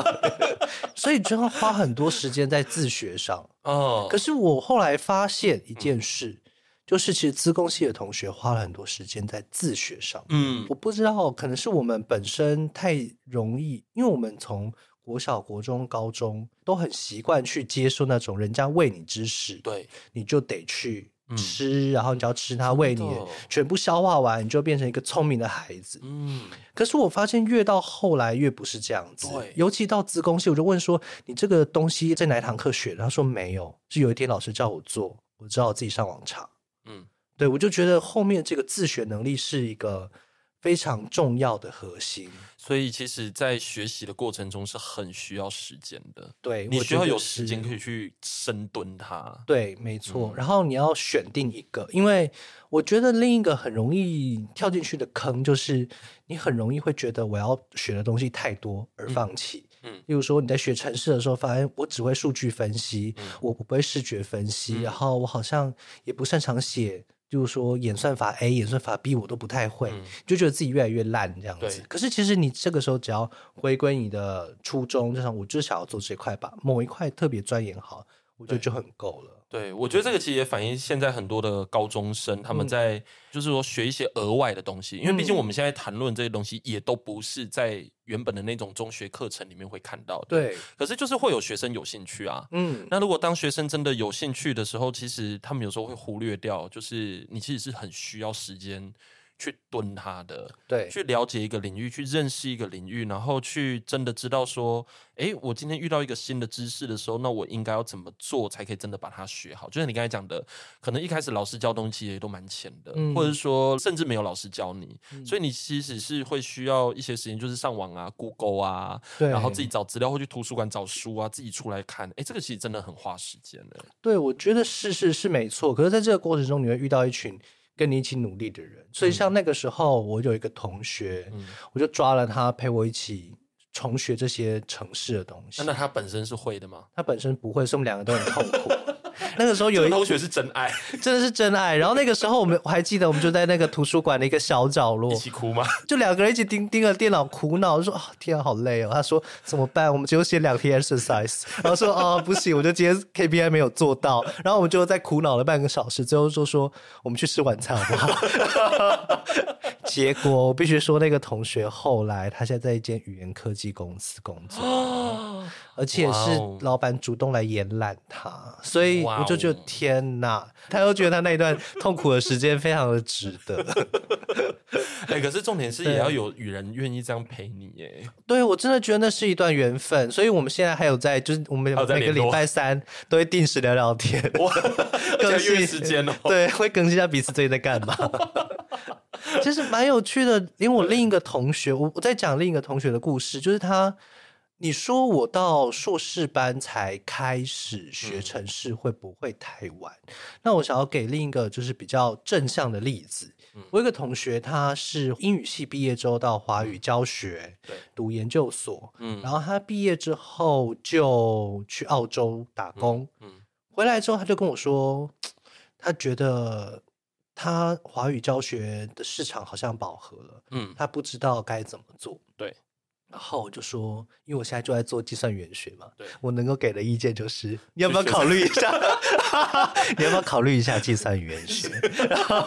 S2: 所以就要花很多时间在自学上。
S1: 哦，
S2: 可是我后来发现一件事，就是其实资工系的同学花了很多时间在自学上。
S1: 嗯
S2: 我不知道，可能是我们本身太容易，因为我们从国小、国中、高中都很习惯去接受那种人家喂你知识，
S1: 对，
S2: 你就得去
S1: 嗯
S2: 吃，然后你只要吃他喂你
S1: 真的哦
S2: 的，全部消化完，你就变成一个聪明的孩子。
S1: 嗯，
S2: 可是我发现越到后来越不是这样子
S1: 对，
S2: 尤其到资工系，我就问说你这个东西在哪一堂课学的？他说没有，是有一天老师叫我做，我知道我自己上网查。
S1: 嗯，
S2: 对我就觉得后面这个自学能力是一个非常重要的核心。
S1: 所以其实，在学习的过程中是很需要时间的，
S2: 对，
S1: 你
S2: 我
S1: 需
S2: 觉
S1: 要
S2: 得
S1: 有时间
S2: 是
S1: 可以去深蹲它。
S2: 对，没错。
S1: 嗯
S2: 然后你要选定一个，因为我觉得另一个很容易跳进去的坑就是，你很容易会觉得我要学的东西太多而放弃。
S1: 嗯嗯
S2: 例如说你在学城市的时候，发现我只会数据分析，
S1: 嗯
S2: 我不会视觉分析，
S1: 嗯
S2: 然后我好像也不擅长写，就是说演算法 A、演算法 B 我都不太会，
S1: 嗯
S2: 就觉得自己越来越烂这样子
S1: 对。
S2: 可是其实你这个时候只要回归你的初衷，就像我就是想要做这块吧，某一块特别钻研好，我觉得
S1: 对
S2: 就很够了。
S1: 对，我觉得这个其实也反映现在很多的高中生，他们
S2: 嗯
S1: 在就是说学一些额外的东西，因为毕竟我们现在谈论这些东西，也都不是在原本的那种中学课程里面会看到的。，
S2: 对，
S1: 可是就是会有学生有兴趣啊。
S2: 嗯，
S1: 那如果当学生真的有兴趣的时候，其实他们有时候会忽略掉，就是你其实是很需要时间去蹲它的。
S2: 对，
S1: 去了解一个领域，去认识一个领域，然后去真的知道说，诶，我今天遇到一个新的知识的时候，那我应该要怎么做才可以真的把它学好？就像你刚才讲的，可能一开始老师教东西也都蛮浅的，
S2: 嗯
S1: 或者说甚至没有老师教你，所以你其实是会需要一些时间，就是上网啊、Google 啊，
S2: 对，
S1: 然后自己找资料，或去图书馆找书啊，自己出来看。诶，这个其实真的很花时间的、
S2: 对，我觉得是是是没错。可是，在这个过程中，你会遇到一群跟你一起努力的人。所以，像那个时候，我有一个同学，
S1: 嗯，
S2: 我就抓了他陪我一起重学这些城市的东西
S1: 啊那。那他本身是会的吗？
S2: 他本身不会，所以我们两个都很痛苦。 那个时候有
S1: 这
S2: 一
S1: 个同学是真爱，
S2: 真的是真爱，然后那个时候我们我还记得，我们就在那个图书馆的一个小角落
S1: 一，起哭 吗？
S2: 就两个人一起盯盯着电脑苦恼，就说啊、天啊好累哦。他说怎么办？我们只有写两天 exercise，然后 说哦不行，我就今天 KPI 没有做到。然后我们就在苦恼了半个小时，最后就说我们去吃晚餐好不好？ 结果我必须说，那个同学后来他现在在一间语言科技公司工作，
S1: 哦
S2: 而且
S1: 哇
S2: 是
S1: 哦
S2: 老板主动来延揽他，所以
S1: 哇
S2: 我就觉得
S1: 哦
S2: 天哪，他又觉得他那一段痛苦的时间非常的值得。
S1: 哎、可是重点是
S2: 对
S1: 也要有与人愿意这样陪你 耶。
S2: 对，我真的觉得那是一段缘分，所以我们现在还有在，就是我们
S1: 还有在
S2: 每个
S1: 联络
S2: 礼拜三都会定时聊聊天，
S1: 哇，
S2: 更
S1: 要
S2: 新
S1: 约时间哦。
S2: 对，会更新一下彼此最近在 干嘛。其实蛮有趣的，因为我另一个同学，我我在讲另一个同学的故事，就是他，你说我到硕士班才开始学
S1: 嗯
S2: 城市，会不会太晚？嗯那我想要给另一个就是比较正向的例子
S1: 嗯。
S2: 我有一个同学，他是英语系毕业之后到华语教学
S1: 对，
S2: 读研究所，
S1: 嗯
S2: 然后他毕业之后就去澳洲打工，
S1: 嗯
S2: 回来之后他就跟我说，他觉得他华语教学的市场好像饱和了，
S1: 嗯，
S2: 他不知道该怎么做。
S1: 对，
S2: 然后我就说，因为我现在就在做计算语言学嘛，
S1: 对
S2: 我能够给的意见就是，你要不要
S1: 学
S2: 考虑一下？ 你要不要考虑一下计算语言学？然后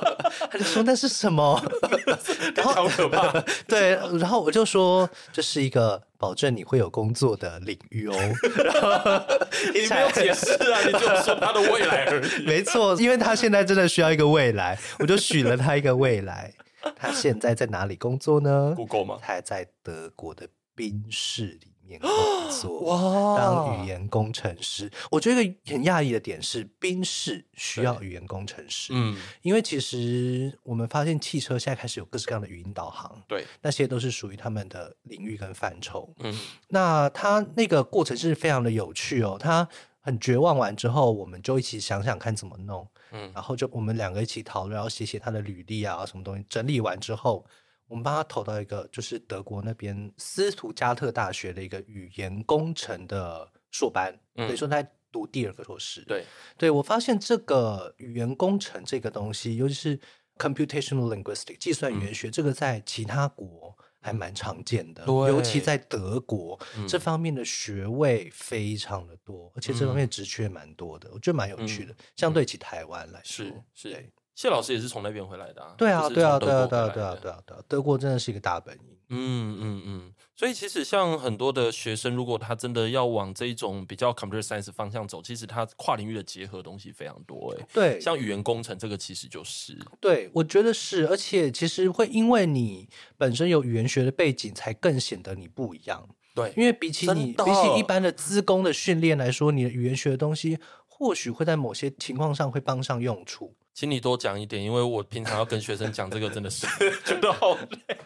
S2: 他就说那是 什么？
S1: 好可怕。
S2: 对，然后我就说这是一个保证你会有工作的领 域哦。然后
S1: 你
S2: 听起
S1: 没
S2: 来
S1: 有解释啊，你就说他的未来而已。
S2: 没错，因为他现在真的需要一个未来，我就许了他一个未 来。他现在在哪里工作呢？
S1: Google 吗？
S2: 他在德国的宾士里面工 作，
S1: 哇
S2: 当语言工程师。我觉得一个很讶异的点是，宾士需要语言工程师，
S1: 嗯，
S2: 因为其实我们发现汽车现在开始有各式各样的语音导航，
S1: 对，
S2: 那些都是属于他们的领域跟范畴。
S1: 嗯
S2: 那他那个过程是非常的有趣哦。他很绝望完之后，我们就一起想想看怎么弄，
S1: 嗯
S2: 然后就我们两个一起讨论，然后写写他的履历啊，什么东西，整理完之后，我们帮他投到一个就是德国那边斯图加特大学的一个语言工程的硕班，
S1: 嗯
S2: 等于说他在读第二个硕士。
S1: 对，
S2: 对我发现这个语言工程这个东西，尤其是 computational linguistic 计算
S1: 嗯
S2: 语言学，这个在其他国还蛮常见的，
S1: 对
S2: 尤其在德国、
S1: 嗯
S2: 这方面的学位非常的多，而且这方
S1: 嗯
S2: 面职缺蛮多的，我觉得蛮有趣的，相对起台湾来说
S1: 是是
S2: 对。
S1: 谢老师也是从那边回来的、啊，
S2: 对啊，
S1: 就是
S2: 对啊，
S1: 从
S2: 对
S1: 德
S2: 啊，
S1: 国
S2: 对啊，
S1: 回
S2: 对
S1: 来
S2: 啊
S1: 的，
S2: 对啊，对啊，德国真的是一个大本营。
S1: 嗯嗯嗯，所以其实像很多的学生，如果他真的要往这一种比较 computer science 方向走，其实他跨领域的结合的东西非常多、欸，
S2: 对，
S1: 像语言工程这个其实就是，
S2: 对，我觉得是，而且其实会因为你本身有语言学的背景，才更显得你不一样。
S1: 对
S2: 因为比起
S1: 真
S2: 你
S1: 的
S2: 比起一般的资工的训练来说，你的语言学的东西或许会在某些情况上会帮上用处。
S1: 请你多讲一点，因为我平常要跟学生讲这个，真的是 觉得好累、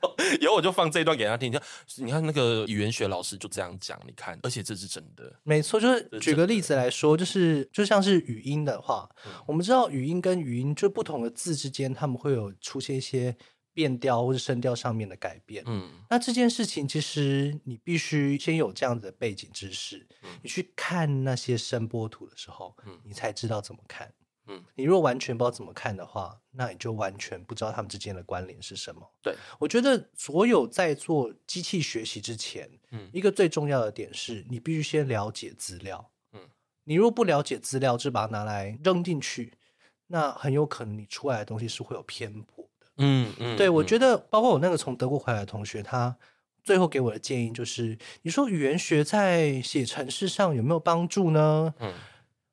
S1: 哦。 以后我就放这一段给他听，你看，你看那个语言学老师就这样讲，你看，而且这是真的，
S2: 没错，就是举个例子来说，就是就像是语音的话，
S1: 嗯
S2: 我们知道语音跟语音就不同的字之间，他们会有出现一些变调或者声调上面的改变。
S1: 嗯
S2: 那这件事情，其实你必须先有这样子的背景知识。你去看那些声波图的时候，
S1: 嗯
S2: 你才知道怎么看。
S1: 嗯，
S2: 你如果完全不知道怎么看的话，那你就完全不知道它们之间的关联是什么。
S1: 对，
S2: 我觉得所有在做机器学习之前，
S1: 嗯
S2: 一个最重要的点是你必须先了解资料。
S1: 嗯，
S2: 你如果不了解资料，就把它拿来扔进去，那很有可能你出来的东西是会有偏颇的。
S1: 嗯嗯，
S2: 对，我
S1: 嗯
S2: 觉得包括我那个从德国回来的同学，他最后给我的建议就是，你说语言学在写程式上有没有帮助呢？
S1: 嗯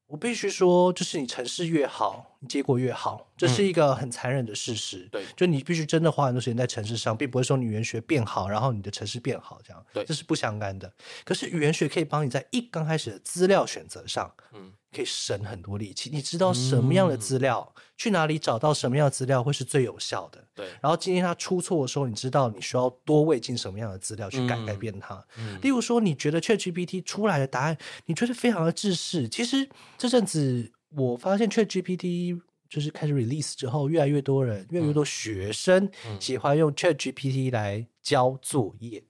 S2: 我必须说，就是你程式越好，你结果越好，这是一个很残忍的事实。
S1: 嗯对
S2: 就你必须真的花很多时间在程式上，并不会说你语言学变好，然后你的程式变好这样，
S1: 对
S2: 这是不相干的。可是语言学可以帮你在一刚开始的资料选择上，
S1: 嗯
S2: 可以省很多力气。你知道什么样的资料，去哪里找到什么样的资料会是最有效的。
S1: 对，
S2: 然后今天它出错的时候，你知道你需要多喂进什么样的资料去改
S1: 嗯
S2: 改变它。
S1: 嗯
S2: 例如说，你觉得 ChatGPT 出来的答案，你觉得非常的制式。其实这阵子我发现 ChatGPT 就是开始 release 之后，越来越多人，越来越多学生
S1: 嗯
S2: 喜欢用 ChatGPT 来交作业。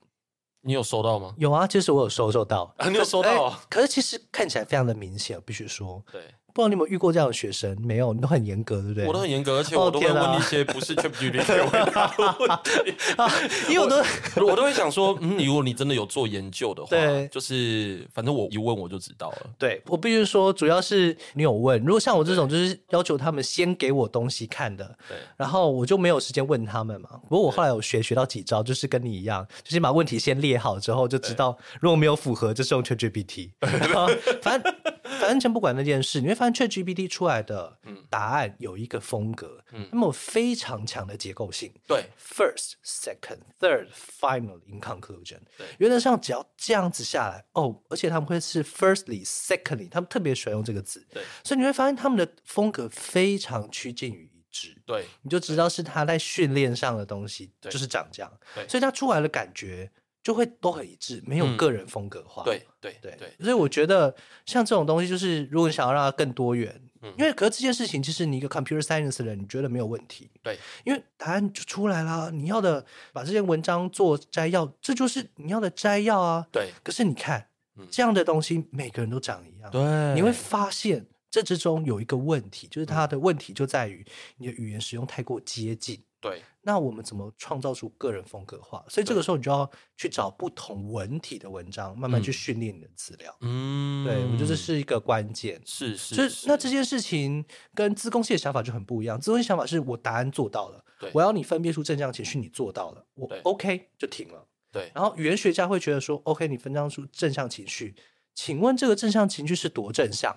S1: 你有收到吗？
S2: 有啊，其实我有收收到。
S1: 啊，你有收到、
S2: 哎
S1: 哦？
S2: 可是其实看起来非常的明显，我必须说，
S1: 对，
S2: 不知道你有没有遇过这样的学生？没有，你都很严格，对不对？
S1: 我都很严格，而且
S2: 哦
S1: 我都会
S2: 天啊
S1: 问一些不是 ChatGPT 会问到的问题。
S2: 啊，因为我都
S1: 我都会想说，嗯，如果你真的有做研究的话，
S2: 对
S1: 就是反正我一问我就知道了。
S2: 对我必须说，主要是你有问。如果像我这种，就是要求他们先给我东西看的，
S1: 对，
S2: 然后我就没有时间问他们嘛。不过我后来有学学到几招，就是跟你一样，就是把问题先列好之后，就知道如果没有符合，就是用 ChatGPT。然后反正反正先不管那件事，你会发现 ChatGPT 出来的答案有一个风格，
S1: 嗯
S2: 那么非常强的结构性。
S1: 对，
S2: First, second, third, final in conclusion
S1: 对。
S2: 原则上只要这样子下来，哦，而且他们会是 firstly, secondly，他们特别喜欢用这个字，
S1: 对，
S2: 所以你会发现他们的风格非常趋近于一致，
S1: 对，
S2: 你就知道是他在训练上的东西
S1: 对
S2: 就是长这样
S1: 对，嗯
S2: 所以他出来的感觉就会都很一致，没有个人风格化。
S1: 对，对，
S2: 对
S1: 对，
S2: 所以我觉得像这种东西，就是如果你想要让它更多元，
S1: 嗯
S2: 因为可是这件事情，其实你一个 computer science 的人，你觉得没有问题，
S1: 对，
S2: 因为答案就出来啦。你要的把这些文章做摘要，这就是你要的摘要啊。
S1: 对，
S2: 可是你看
S1: 嗯
S2: 这样的东西，每个人都长一样，
S1: 对
S2: 你会发现这之中有一个问题，就是
S1: 嗯
S2: 它的问题就在于你的语言使用太过接近。
S1: 对，
S2: 那我们怎么创造出个人风格化？所以这个时候你就要去找不同文体的文章，慢慢去
S1: 嗯
S2: 训练你的资料。
S1: 嗯
S2: 对，我觉得这是一个关键。
S1: 是是，
S2: 就是那这件事情跟资工系的想法就很不一样。资工系想法是我答案做到了
S1: 对，
S2: 我要你分辨出正向情绪，你做到了，我
S1: 对
S2: OK 就停了。
S1: 对
S2: 然后语言学家会觉得说，OK，你分辨出正向情绪，请问这个正向情绪是多正向？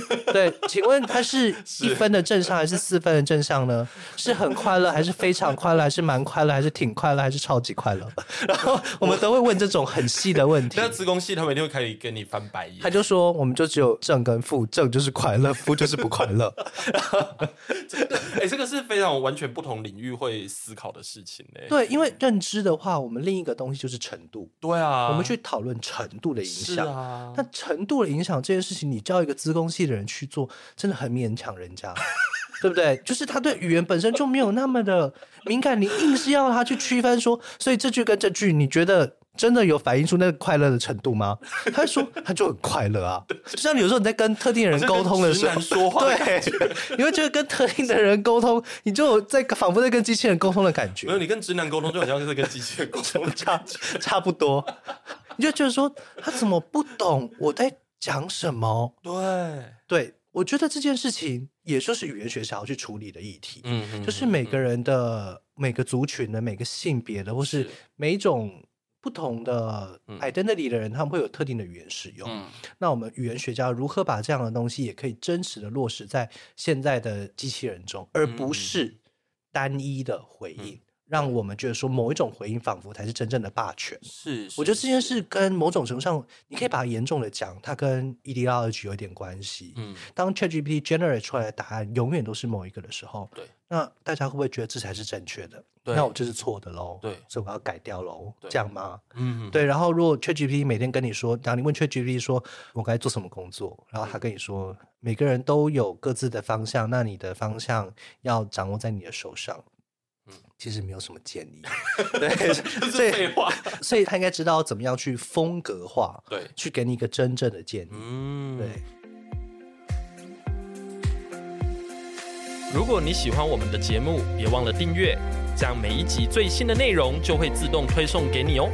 S2: 对，请问 他是一分的正上还是四分的正上呢？是很快乐还是非常快乐还是蛮快乐还是挺快乐还是超级快乐？ 然后我们都会问这种很细的问 题
S1: 那。子宫系他们一定会开始跟你翻白眼
S2: 他，就说，我们就只有正跟负，正就是快乐，负就是不快乐。
S1: 哎、这个是非常完全不同领域会思考的事情呢、
S2: 对，因为认知的话，我们另一个东西就是程度，
S1: 对啊，
S2: 我们去讨论程度的影
S1: 是
S2: 响。
S1: 啊，
S2: 但程度的影响这件事情，你叫一个资工系的人去做，真的很勉强人家，对不对？就是他对语言本身就没有那么的敏感，你硬是要他去区分说，所以这句跟这句，你觉得真的有反映出那个快乐的程度吗？他说他就很快乐啊，就像有时候你在跟特定的人沟通的时
S1: 好像跟
S2: 候，
S1: 直男说话的
S2: 对，你会觉得跟特定的人沟通，你就有在仿佛在跟机器人沟通的感觉
S1: 没。有你跟直男沟通就好像是跟机器人沟通 差
S2: 差不多，你就觉得说他怎么不懂我在讲什么？
S1: 对，
S2: 对我觉得这件事情也就是语言学想要去处理的议题，
S1: 嗯嗯
S2: 就是每个人的每个族群的每个性别的，或是
S1: 是
S2: 每一种不同的
S1: 嗯
S2: identity 的人，他们会有特定的语言使用。
S1: 嗯
S2: 那我们语言学家如何把这样的东西也可以真实的落实在现在的机器人中，而
S1: 嗯
S2: 不是单一的回应，让我们觉得说某一种回应仿佛才是真正的霸权。
S1: 是，
S2: 我觉得
S1: 是
S2: 这件，事跟某种程度上，你可以把它严重的讲，它跟 ideology 有一点关系。
S1: 嗯，
S2: 当 ChatGPT generate 出来的答案永远都是某一个的时候，
S1: 对，
S2: 那大家会不会觉得这才是正确的？
S1: 对
S2: 那我这是错的喽，
S1: 对
S2: 所以我要改掉喽，
S1: 对
S2: 这样吗？
S1: 嗯，
S2: 对，然后如果 ChatGPT 每天跟你说，然后你问 ChatGPT 说我该做什么工作，然
S1: 嗯
S2: 后他跟你说每个人都有各自的方向，那你的方向要掌握在你的手上。
S1: 嗯
S2: 嗯，其实没有什么建议， 对，
S1: 这
S2: 所
S1: 是
S2: 以
S1: 废 话，
S2: 所以他应该知道怎么样去风格化，
S1: 对，
S2: 去给你一个真正的建议。
S1: 嗯，
S2: 对。
S1: 如果你喜欢我们的节目，别忘了订阅，这样每一集最新的内容就会自动推送给你哦。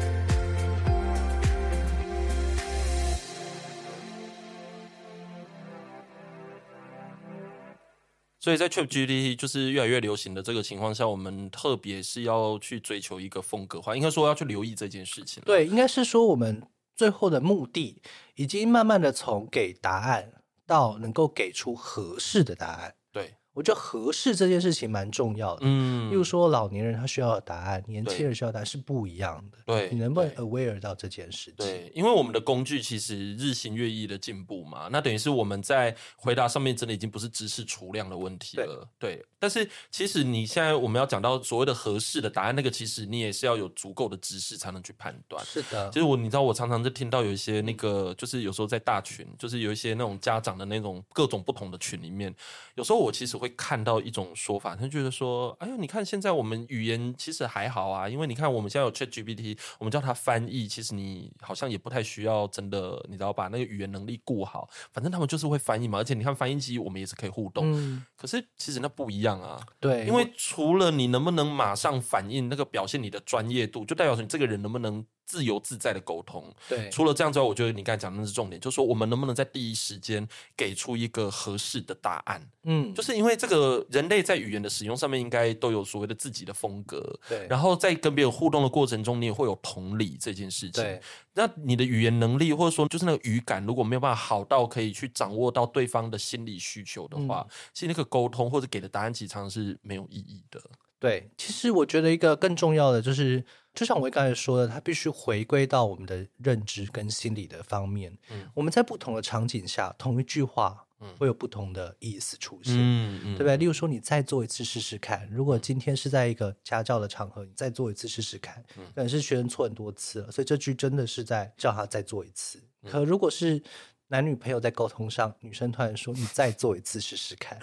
S1: 所以在 ChatGPT 就是越来越流行的这个情况下，我们特别是要去追求一个风格化，应该说要去留意这件事情。，
S2: 对，应该是说我们最后的目的已经慢慢的从给答案到能够给出合适的答案。
S1: 对，
S2: 我觉得合适这件事情蛮重要的。
S1: 嗯
S2: 例如，说，老年人他需要的答案，年轻
S1: 对
S2: 人需要的答案是不一样的。
S1: 对
S2: 你能不能
S1: 对
S2: aware 到这件事情？
S1: 对，因为我们的工具其实日新月异的进步嘛，那等于是我们在回答上面真的已经不是知识储量的问题了。对，但是其实你现在我们要讲到所谓的合适的答案，那个其实你也是要有足够的知识才能去判断。
S2: 是的
S1: 其，实我你知道，我常常就听到有一些那个，就是有时候在大群，就是有一些那种家长的那种各种不同的群里面，有时候我其实会看到一种说法，他觉得说，哎呦，你看现在我们语言其实还好啊，因为你看我们现在有 ChatGPT，我们叫它翻译，其实你好像也不太需要真的，你知道把那个语言能力顾好，反正他们就是会翻译嘛，而且你看翻译机我们也是可以互动，
S2: 嗯，
S1: 可是其实那不一样啊，
S2: 对，
S1: 因为除了你能不能马上反应那个表现你的专业度，就代表你这个人能不能自由自在的沟通。
S2: 对，
S1: 除了这样之外，我觉得你刚才讲的那是重点，就是说我们能不能在第一时间给出一个合适的答案。
S2: 嗯，
S1: 就是因为这个人类在语言的使用上面，应该都有所谓的自己的风格。
S2: 对，
S1: 然后在跟别人互动的过程中，你也会有同理这件事情
S2: 对。
S1: 那你的语言能力，或者说就是那个语感，如果没有办法好到可以去掌握到对方的心理需求的话，其实那个沟通或者给的答案，其实常常是没有意义的。
S2: 对，其实我觉得一个更重要的就是，就像我刚才说的，它必须回归到我们的认知跟心理的方面。
S1: 嗯
S2: 我们在不同的场景下，同一句话
S1: 嗯
S2: 会有不同的意思出现。
S1: 嗯嗯
S2: 对不对？例如说，你再做一次试试看。如果今天是在一个家教的场合，你再做一次试试看，
S1: 嗯
S2: 可能是学生错很多次了，所以这句真的是在叫他再做一次。
S1: 嗯
S2: 可如果是男女朋友在沟通上，女生突然说：“你再做一次试试看。”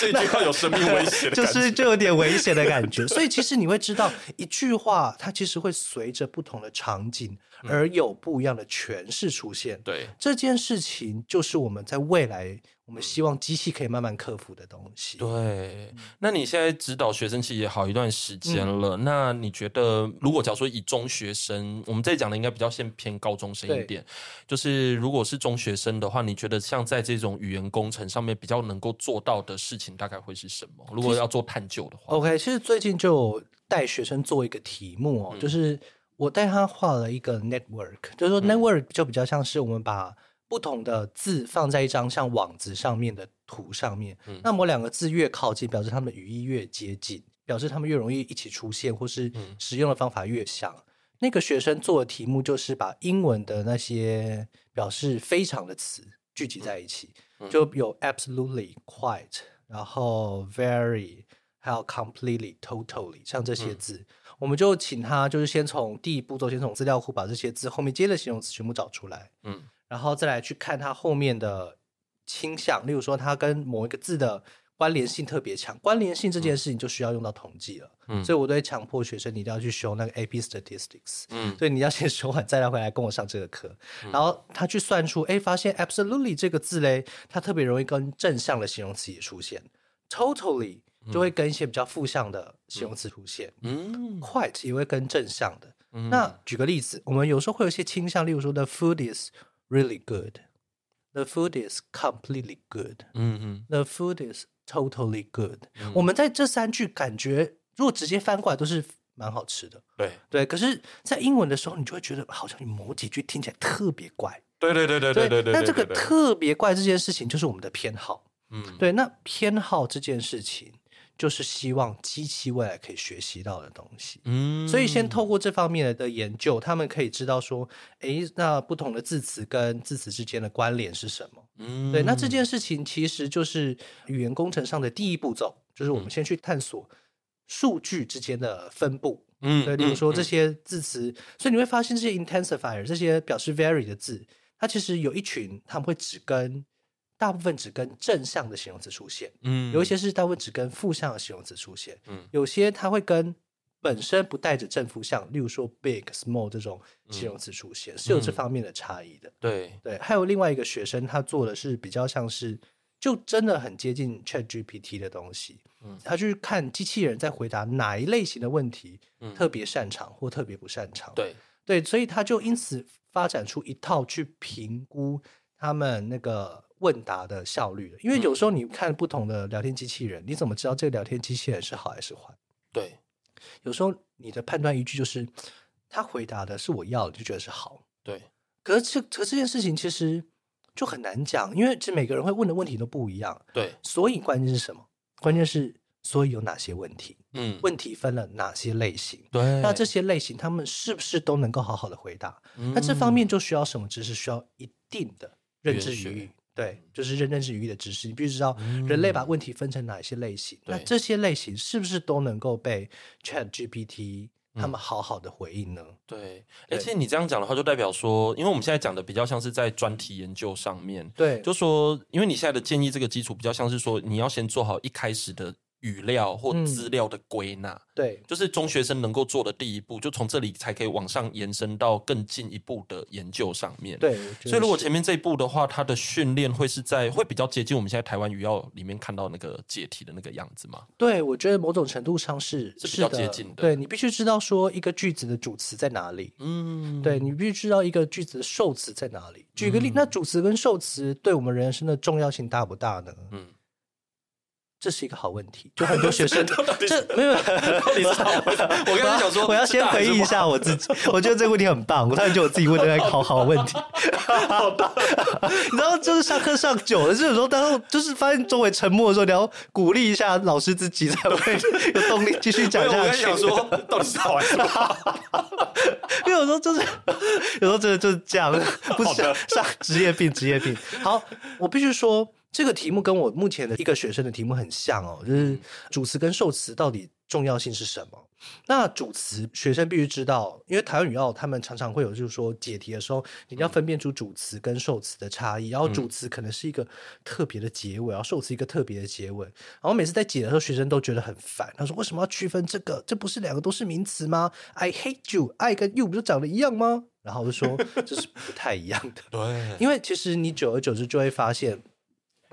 S1: 这句话有生命危险的
S2: 就
S1: 感觉。
S2: 是就有点危险的感 觉。所以其实你会知道，一句话它其实会随着不同的场景
S1: 嗯
S2: 而有不一样的诠释出现。
S1: 对，
S2: 这件事情就是我们在未来，我们希望机器可以慢慢克服的东西。嗯
S1: 对，那你现在指导学生其实也好一段时间了，那你觉得，如果假如说以中学生，我们这里讲的应该比较先偏高中生一
S2: 对
S1: 点，就是如果是中学生的话，你觉得像在这种语言工程上面比较能够做到的事情，大概会是什么？如果要做探究的话，
S2: OK，其实最近就有带学生做一个题目哦，
S1: 嗯
S2: 就是我带他画了一个 network，就是说 network 就比较像是我们把不同的字放在一张像网子上面的图上面，
S1: 嗯
S2: 那某两个字越靠近，表示它们的语义越接近，表示它们越容易一起出现，或是
S1: 嗯
S2: 使用的方法越像。那个学生做的题目就是把英文的那些表示非常的词聚集在一起，
S1: 嗯
S2: 就有 absolutely、quite，然后 very，还有 completely、totally，像这些
S1: 嗯
S2: 字，我们就请他就是先从第一步骤，先从资料库把这些字后面接的形容词全部找出来，
S1: 嗯
S2: 然后再来去看它后面的倾向，例如说它跟某一个字的关联性特别强，关联性这件事情就需要用到统计了，
S1: 嗯
S2: 所以我都会强迫学生你一定要去修那个 AP Statistics，
S1: 嗯
S2: 所以你要先修完再来回来跟我上这个课，然后他去算出，哎，发现 absolutely 这个字嘞，它特别容易跟正向的形容词也出现，totally 就会跟一些比较负向的形容词出现、
S1: 嗯
S2: q u i t e 也会跟正向的。
S1: 嗯
S2: 那举个例子，我们有时候会有一些倾向，例如说 the food is really good，the food is completely good，the
S1: 嗯嗯
S2: food is totally good、我们在这三句感觉，如果直接翻过来都是蛮好吃的。
S1: 对
S2: 对，可是，在英文的时候，你就会觉得好像有某几句听起来特别怪。
S1: 对对对对对对对，
S2: 那这个
S1: 对对
S2: 特别怪这件事情，就是我们的偏好。
S1: 嗯
S2: 对，那偏好这件事情，就是希望机器未来可以学习到的东西。
S1: 嗯，
S2: 所以，先透过这方面的研究，他们可以知道说，诶，那不同的字词跟字词之间的关联是什么。
S1: 嗯
S2: 对，那这件事情其实就是语言工程上的第一步骤，就是
S1: 嗯
S2: 我们先去探索数据之间的分布。
S1: 嗯
S2: 对，例如
S1: 嗯
S2: 说这
S1: 嗯
S2: 些字词，所以你会发现这些 intensifier 这些表示 vary 的字，它其实有一群他们会只跟大部分只跟正向的形容词出现，
S1: 嗯
S2: 有一些是大部分只跟负向的形容词出现，
S1: 嗯
S2: 有些它会跟本身不带着正负向，例如说 big、small 这种形容词出现，是有这
S1: 嗯
S2: 方面的差异的。
S1: 对
S2: 对，还有另外一个学生，他做的是比较像是，就真的很接近 Chat GPT 的东西。
S1: 嗯
S2: 他去看机器人在回答哪一类型的问题
S1: 嗯
S2: 特别擅长或特别不擅长。
S1: 对
S2: 对，所以他就因此发展出一套去评估他们那个问答的效率的。因为有时候你看不同的聊天机器人，你怎么知道这个聊天机器人是好还是坏？
S1: 对
S2: 有时候你的判断依据就是他回答的是我要的，就觉得是好。
S1: 对，
S2: 可是这可是这件事情其实就很难讲，因为这每个人会问的问题都不一样，
S1: 对，
S2: 所以关键是什么？关键是所以有哪些问题？
S1: 嗯，
S2: 问题分了哪些类型？
S1: 对，
S2: 那这些类型他们是不是都能够好好的回答？那
S1: 那
S2: 这方面就需要什么知识？需要一定的认
S1: 嗯
S2: 知
S1: 原学
S2: 语义。对，就是认认知语义的知识，你必须知道人类把问题分成哪些类型。那
S1: 对
S2: 这些类型是不是都能够被 Chat GPT
S1: 嗯
S2: 他们好好的回应呢？
S1: 对，而
S2: 对
S1: 且你这样讲的话，就代表说，因为我们现在讲的比较像是在专题研究上面，
S2: 对，
S1: 就说，因为你现在的建议这个基础比较像是说，你要先做好一开始的语料或
S2: 嗯
S1: 资料的归纳，
S2: 对，
S1: 就是中学生能够做的第一步，就从这里才可以往上延伸到更进一步的研究上面。。
S2: 对。我觉得
S1: 所以，如果
S2: 是
S1: 前面这一步的话，它的训练会是在会比较接近我们现在台湾语料里面看到那个解题的那个样子吗？
S2: 对，我觉得某种程度上是
S1: 是比
S2: 是
S1: 较
S2: 的
S1: 接近的
S2: 对你必须知道说一个句子的主词在哪里，
S1: 嗯，
S2: 对你必须知道一个句子的受词在哪里。举个例，
S1: 嗯
S2: 那主词跟受词对我们人生的重要性大不大呢？
S1: 嗯，
S2: 这是一个好问题。就很多 学生这没有，
S1: 你知道，我我刚才想说，
S2: 我要先回忆
S1: 是大还是不好，
S2: 一下我自己，我觉得这个问题很棒，我突然觉得我自己问的在考好问题。 你知道，就是上课上久了，这种时候，当时就是发现周围沉默的时候，你要鼓励一下老师自己，才会有动力继续
S1: 没
S2: 讲
S1: 有我
S2: 下
S1: 刚才
S2: 去。
S1: 想说，到底是好还是不好？
S2: 因为有时候就是，有时候真的就是这样，不是上上职业病，职业病。好，我必须说，这个题目跟我目前的一个学生的题目很像哦，就是主词跟受词到底重要性是什么？那主词学生必须知道，因为台湾语奥他们常常会有，就是说解题的时候，你要分辨出主词跟受词的差异，然后主词可能是一个特别的结尾，然后受词一个特别的结尾。然后每次在解的时候，学生都觉得很烦。他说：“为什么要区分这个？这不是两个都是名词吗？I hate you，爱跟 you 不就长得一样吗？”然后我就说：“这是不太一样的。”
S1: 对，
S2: 因为其实你久而久之就会发现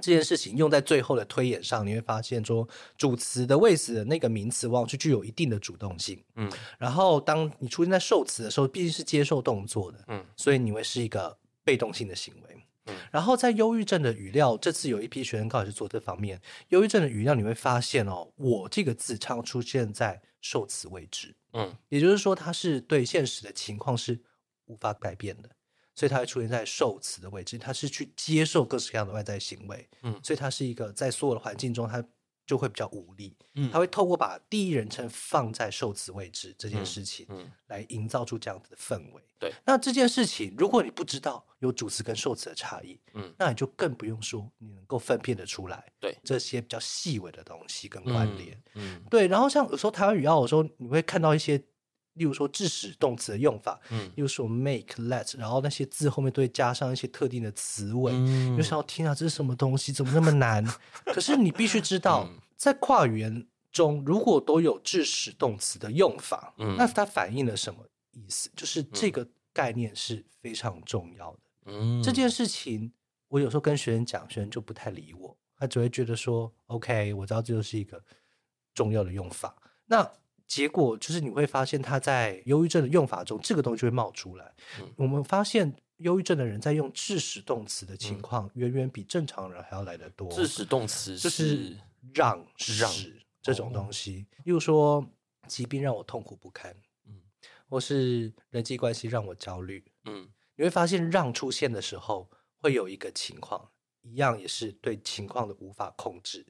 S2: 这件事情用在最后的推演上，你会发现说主词的位置的那个名词往往是具有一定的主动性。
S1: 嗯
S2: 然后当你出现在受词的时候，毕竟是接受动作的，
S1: 嗯
S2: 所以你会是一个被动性的行为。
S1: 嗯
S2: 然后在忧郁症的语料，这次有一批学生刚好是做这方面。忧郁症的语料，你会发现哦，我这个字常常出现在受词位置，
S1: 嗯
S2: 也就是说，它是对现实的情况是无法改变的。所以它会出现在受词的位置，它是去接受各式各样的外在行为，
S1: 嗯
S2: 所以它是一个在所有的环境中，它就会比较无力，
S1: 嗯
S2: 它会透过把第一人称放在受词位置这件事情，
S1: 嗯
S2: 来营造出这样子的氛围。
S1: 对，
S2: 那这件事情，如果你不知道有主词跟受词的差异，
S1: 嗯
S2: 那你就更不用说你能够分辨得出来，
S1: 对
S2: 这些比较细微的东西跟关联。
S1: 嗯
S2: 对，然后像有时候台湾语要有时候你会看到一些，例如说致使动词的用法，
S1: 嗯
S2: 例如说 make、let，然后那些字后面都会加上一些特定的词尾，
S1: 嗯
S2: 你就想到天啊，这是什么东西？怎么那么难？可是你必 须知道
S1: 嗯，
S2: 在跨语言中，如果都有致使动词的用法，
S1: 嗯
S2: 那它反映了什么意思？就是这个概念是非常重要的。
S1: 嗯
S2: 这件事情，我有时候跟学生讲，学生就不太理我，他只会觉得说，OK，我知道这就是一个重要的用法。那结果就是你会发现，他在忧郁症的用法中，这个东西就会冒出来。
S1: 嗯
S2: 我们发现，忧郁症的人在用致使动词的情况，远远比正常人还要来得多。
S1: 嗯致使动词
S2: 就是让
S1: 让哦
S2: 使这种东西，例如说，疾病让我痛苦不堪，
S1: 嗯
S2: 或是人际关系让我焦虑，
S1: 嗯
S2: 你会发现让出现的时候会有一个情况，一样也是对情况的无法控制，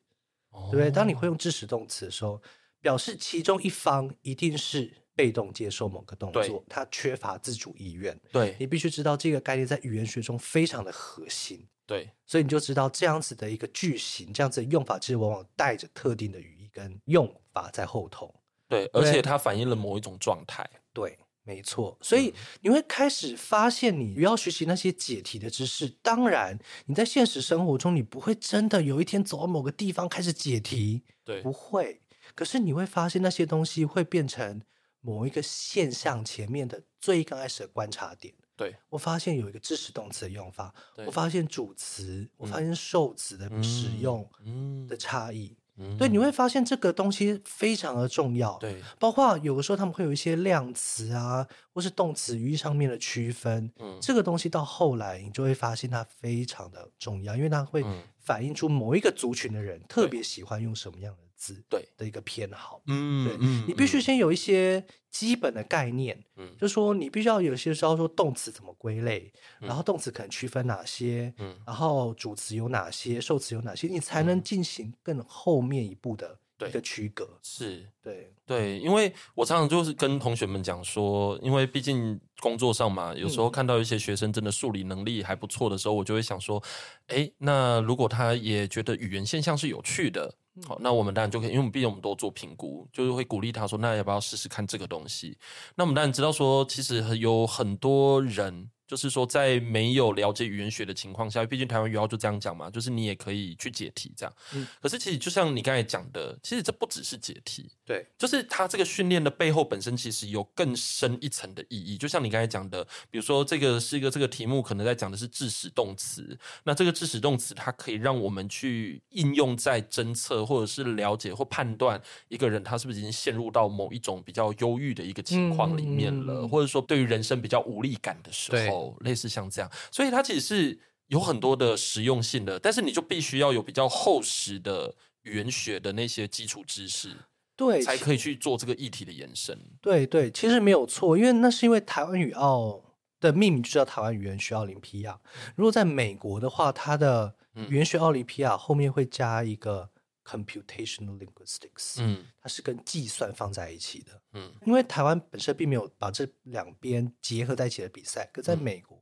S1: 对
S2: 对不对？当你会用致使动词的时候，表示其中一方一定是被动接受某个动
S1: 对
S2: 作，他缺乏自主意愿。
S1: 对
S2: 你必须知道这个概念在语言学中非常的核心，
S1: 对
S2: 所以你就知道这样子的一个句型，这样子的用法其实往往带着特定的语义跟用法在后头。
S1: 对，而且
S2: 对
S1: 它反映了某一种状态。
S2: 对，没错。所
S1: 嗯
S2: 以你会开始发现，你要学习那些解题的知识。当然，你在现实生活中，你不会真的有一天走到某个地方开始解题，
S1: 对
S2: 不，会。可是你会发现，那些东西会变成某一个现象前面的最刚开始的观察点。
S1: 对，
S2: 我发现有一个支持动词的用法，
S1: 对
S2: 我发现主词，我发
S1: 嗯
S2: 现受词的使
S1: 嗯
S2: 用
S1: 嗯
S2: 的差异。
S1: 嗯
S2: 对，你会发现这个东西非常的重要。
S1: 对
S2: 包括有的时候他们会有一些量词啊，或是动词语义上面的区分，
S1: 嗯
S2: 这个东西到后来你就会发现它非常的重要，因为它会
S1: 嗯
S2: 反映出某一个族群的人特别喜欢用什么样的字
S1: 对
S2: 的一个偏好。对
S1: 嗯嗯，
S2: 你必须
S1: 嗯
S2: 先有一些基本的概念，
S1: 嗯
S2: 就是说你必须要有些时候说动词怎么归类，
S1: 嗯
S2: 然后动词可能区分哪些，
S1: 嗯
S2: 然后主词有哪些，受词有哪些，你才能进行更后面一步的
S1: 对
S2: 一个区隔。
S1: 是。
S2: 对，
S1: 对，因为我常常就是跟同学们讲说，因为毕竟工作上嘛，有时候看到一些学生真的数理能力还不错的时候，我就会想说，哎，那如果他也觉得语言现象是有趣的，好，那我们当然就可以，因为我们毕竟我们都做评估，就是会鼓励他说，那要不要试试看这个东西？那我们当然知道说，其实很有很多人。就是说，在没有了解语言学的情况下，毕竟台湾语要就这样讲嘛，就是你也可以去解题这样。
S2: 嗯
S1: 可是，其实就像你刚才讲的，其实这不只是解题，
S2: 对，
S1: 就是它这个训练的背后本身其实有更深一层的意义，就像你刚才讲的，比如说这个是一个这个题目可能在讲的是致使动词，那这个致使动词它可以让我们去应用在侦测或者是了解或判断一个人他是不是已经陷入到某一种比较忧郁的一个情况里面了，
S2: 嗯
S1: 或者说对于人生比较无力感的时候，类似像这样，所以它其实是有很多的实用性的，但是你就必须要有比较厚实的语言学的那些基础知识。
S2: 对，
S1: 才
S2: 其
S1: 可以去做这个议题的延伸。
S2: 对对，其实没有错，因为那是因为台湾语奥的命名就叫台湾语言学奥林匹亚。如果在美国的话，它的
S1: 嗯
S2: 语言学奥林匹亚后面会加一个 computational linguistics，、
S1: 嗯
S2: 它是跟计算放在一起的。
S1: 嗯
S2: 因为台湾本身并没有把这两边结合在一起的比赛，可在
S1: 嗯
S2: 美国，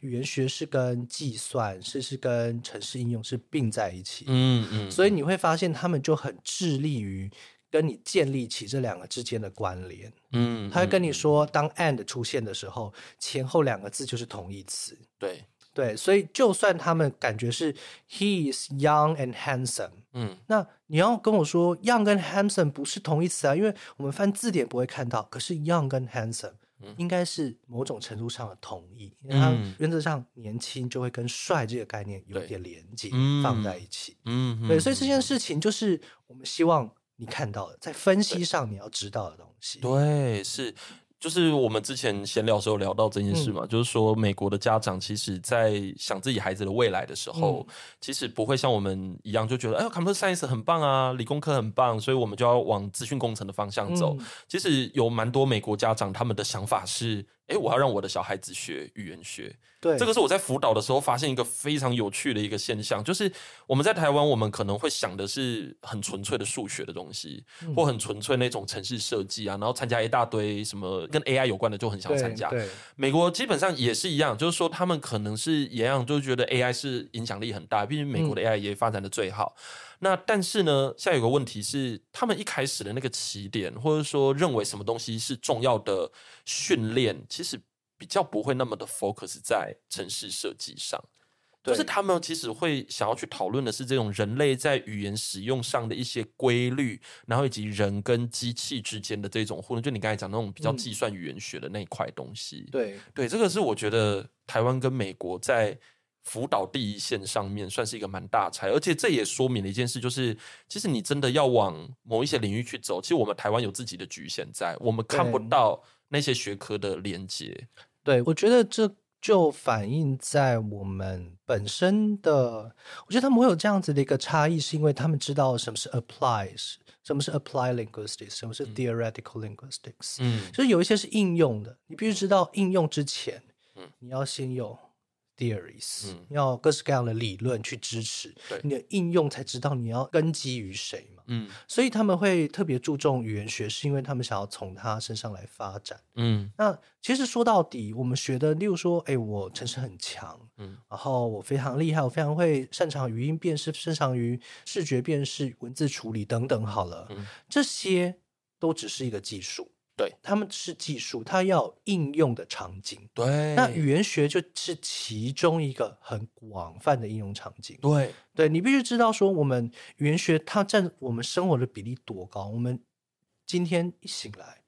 S2: 语言学是跟计算是是跟城市应用是并在一起的。
S1: 嗯嗯
S2: 所以
S1: 嗯
S2: 你会发现他们就很致力于跟你建立起这两个之间的关联。
S1: 嗯
S2: 他会跟你
S1: 嗯
S2: 说，当 and 出现的时候，前后两个字就是同义词。
S1: 对，
S2: 对，所以就算他们感觉是 he is young and handsome，
S1: 嗯
S2: 那你要跟我说 young 跟 handsome 不是同义词啊，因为我们翻字典不会看到。可是 young 跟 handsome
S1: 嗯
S2: 应该是某种程度上的同义，因为它
S1: 嗯
S2: 原则上年轻就会跟帅这个概念有
S1: 对
S2: 点连接
S1: 嗯，
S2: 放在一起。
S1: 嗯，
S2: 对，
S1: 嗯
S2: 所以这件事情就是我们希望你看到的，在分
S1: 对
S2: 析上你要知道的东西。
S1: 对是。就是我们之前闲聊的时候聊到这件事嘛，就是说美国的家长其实，在想自己孩子的未来的时候，其实不会像我们一样就觉得，哎呦，computer science 很棒啊，理工科很棒，所以我们就要往资讯工程的方向走。
S2: 嗯
S1: 其实有蛮多美国家长他们的想法是，哎，我要让我的小孩子学语言学。
S2: 对，
S1: 这个是我在辅导的时候发现一个非常有趣的一个现象，就是我们在台湾，我们可能会想的是很纯粹的数学的东西，
S2: 嗯
S1: 或很纯粹那种城市设计啊，然后参加一大堆什么跟 AI 有关的就很想
S2: 对
S1: 参加。
S2: 对
S1: 美国基本上也是一样，就是说他们可能是一样，就觉得 AI 是影响力很大，毕竟美
S2: 嗯
S1: 国的 AI 也发展的最好。那但是呢，现在有个问题是，他们一开始的那个起点，或者说认为什么东西是重要的训练，其实比较不会那么的 focus 在城市设计上。
S2: 对
S1: 就是他们其实会想要去讨论的是这种人类在语言使用上的一些规律，然后以及人跟机器之间的这种互动，就你刚才讲那种比较
S2: 嗯
S1: 计算语言学的那一块东西。
S2: 对，
S1: 对，这个是我觉得台湾跟美国在辅导第一线上面算是一个蛮大差，而且这也说明了一件事，就是其实你真的要往某一些领域去走，其实我们台湾有自己的局限在，我们看不
S2: 对
S1: 到那些学科的连接。
S2: 对，我觉得这就反映在我们本身的，我觉得他们会有这样子的一个差异，是因为他们知道什么是 applies，什么是 apply linguistics，什么是 theoretical linguistics，、
S1: 嗯
S2: 就是有一些是应用的，你必须知道应用之前，
S1: 嗯
S2: 你要先有 theories，、
S1: 嗯
S2: 你要有各式各样的理论去支持
S1: 对，
S2: 你的应用才知道你要根基于谁嘛。
S1: 嗯
S2: 所以他们会特别注重语言学，是因为他们想要从他身上来发展。
S1: 嗯
S2: 那其实说到底，我们学的，例如说，哎，我城市很强，
S1: 嗯
S2: 然后我非常厉害，我非常会擅长语音辨识，擅长于视觉辨识、文字处理等等。好了，
S1: 嗯
S2: 这些都只是一个技术，
S1: 对，
S2: 他们是技术，它要有应用的场景。
S1: 对，
S2: 那语言学就是其中一个很广泛的应用场景。
S1: 对
S2: 对你必须知道说，我们语言学它占我们生活的比例多高。我们今天一醒来，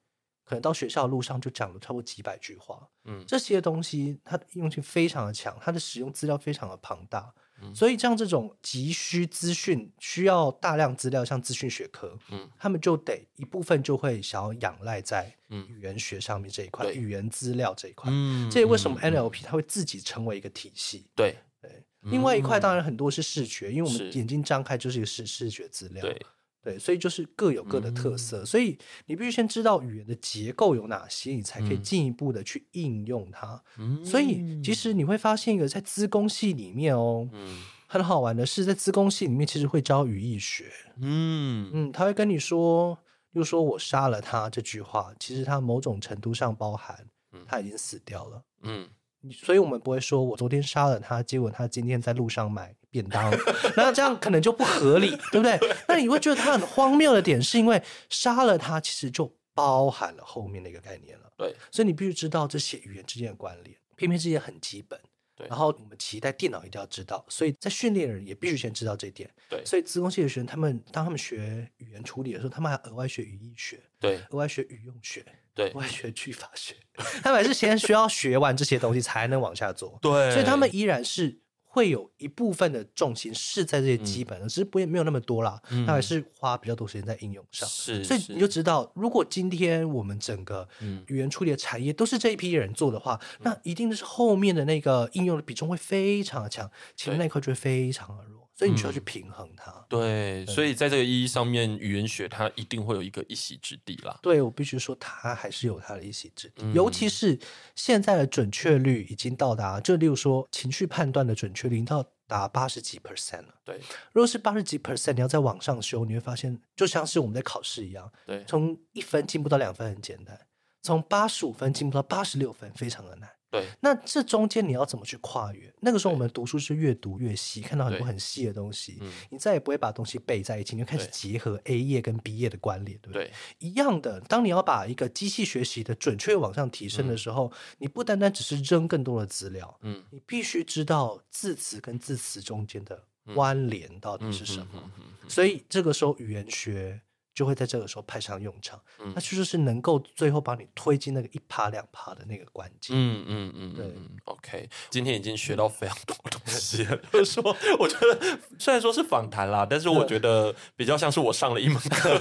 S2: 可能到学校的路上就讲了差不多几百句话。
S1: 嗯
S2: 这些东西它的应用性非常的强，它的使用资料非常的庞大。
S1: 嗯
S2: 所以像这种急需资讯、需要大量资料，像资讯学科，
S1: 嗯
S2: 他们就得一部分就会想要仰赖在
S1: 嗯
S2: 语言学上面这一块，
S1: 对
S2: 语言资料这一块。
S1: 嗯
S2: 这也为什么
S1: 嗯
S2: NLP 它会自己成为一个体系。
S1: 对嗯
S2: 对，另外一块当
S1: 然
S2: 然很多是视觉，因为我
S1: 是
S2: 们眼睛张开就是一个视视觉资料，
S1: 对嗯
S2: 对所以就是各有各的特色，所以你必须先知道语言的结构有哪些，你才可以
S1: 嗯
S2: 进一步的去应用它。
S1: 嗯
S2: 所以其实你会发现一个在资工系里面哦，
S1: 嗯
S2: 很好玩的是，在资工系里面其实会教语义学，
S1: 嗯
S2: 嗯，他会跟你说，就说我杀了他这句话，其实它某种程度上包含
S1: 嗯
S2: 他已经死掉了。
S1: 嗯
S2: 你所以我们不会说我昨天杀了他，结果他今天在路上买便当， 那这样可能就不合理，对不对？那你会觉得他很荒谬的点，是因为杀了他其实就包含了后面的一个概念了，
S1: 对
S2: 所以你必须知道这些语言之间的关联，偏偏这些很基本。
S1: 对
S2: 然后我们期待电脑一定要知道，所以在训练人也必须先知道这一点。
S1: 对
S2: 所以自工系的学生，他们当他们学语言处理的时候，他们还额外学语义学、
S1: 对
S2: 额外学语用学、
S1: 对
S2: 额外学句法 学，他们还是先需要学完这些东西才能往下做。
S1: 对，
S2: 所以他们依然是会有一部分的重心是在这些基本的，只是不也没有那么多啦，
S1: 嗯
S2: 他还是花比较多时间在应用上。
S1: 是，
S2: 所以
S1: 是
S2: 你就知道，如果今天我们整个
S1: 嗯
S2: 语言处理的产业都是这一批人做的话，那一定是后面的那个应用的比重会非常的强，前面那一块就会非常的弱，所以你
S1: 嗯
S2: 需要去平衡它。
S1: 对，所以在这个意义上面，语言学它一定会有一个一席之地啦。
S2: 对我必须说，它还是有它的一席之地，
S1: 嗯
S2: 尤其是现在的准确率已经到达，就例如说情绪判断的准确率已经到达八十几 percent 了。
S1: 对
S2: 如果是八十几 percent，你要再往上修，你会发现就像是我们在考试一样，
S1: 对
S2: 从一分进步到两分很简单，从八十五分进步到八十六分非常的难。
S1: 对，
S2: 那这中间你要怎么去跨越？那个时候
S1: 对
S2: 我们读书是越读越细，看到很
S1: 对
S2: 多很细的东西，
S1: 嗯，
S2: 你再也不会把东西背在一起，你就开始
S1: 对
S2: 结合 A 页跟 B 页的关联，对不对？
S1: 对
S2: 一样的，当你要把一个机器学习的准确往上提升的时候，你不单单只是扔更多的资料，
S1: 嗯，
S2: 你必须知道字词跟字词中间的关联到底是什么。
S1: 嗯？嗯嗯
S2: 所以这个时候语言学就会在这个时候派上用场，
S1: 嗯
S2: 那就是能够最后帮你推进那个一趴两趴的那个关键。
S1: 嗯嗯嗯，
S2: 对
S1: 嗯嗯，OK，今天已经学到非常多东西了。就是说，我觉得虽然说是访谈啦，但是我觉得比较像是我上了一门课，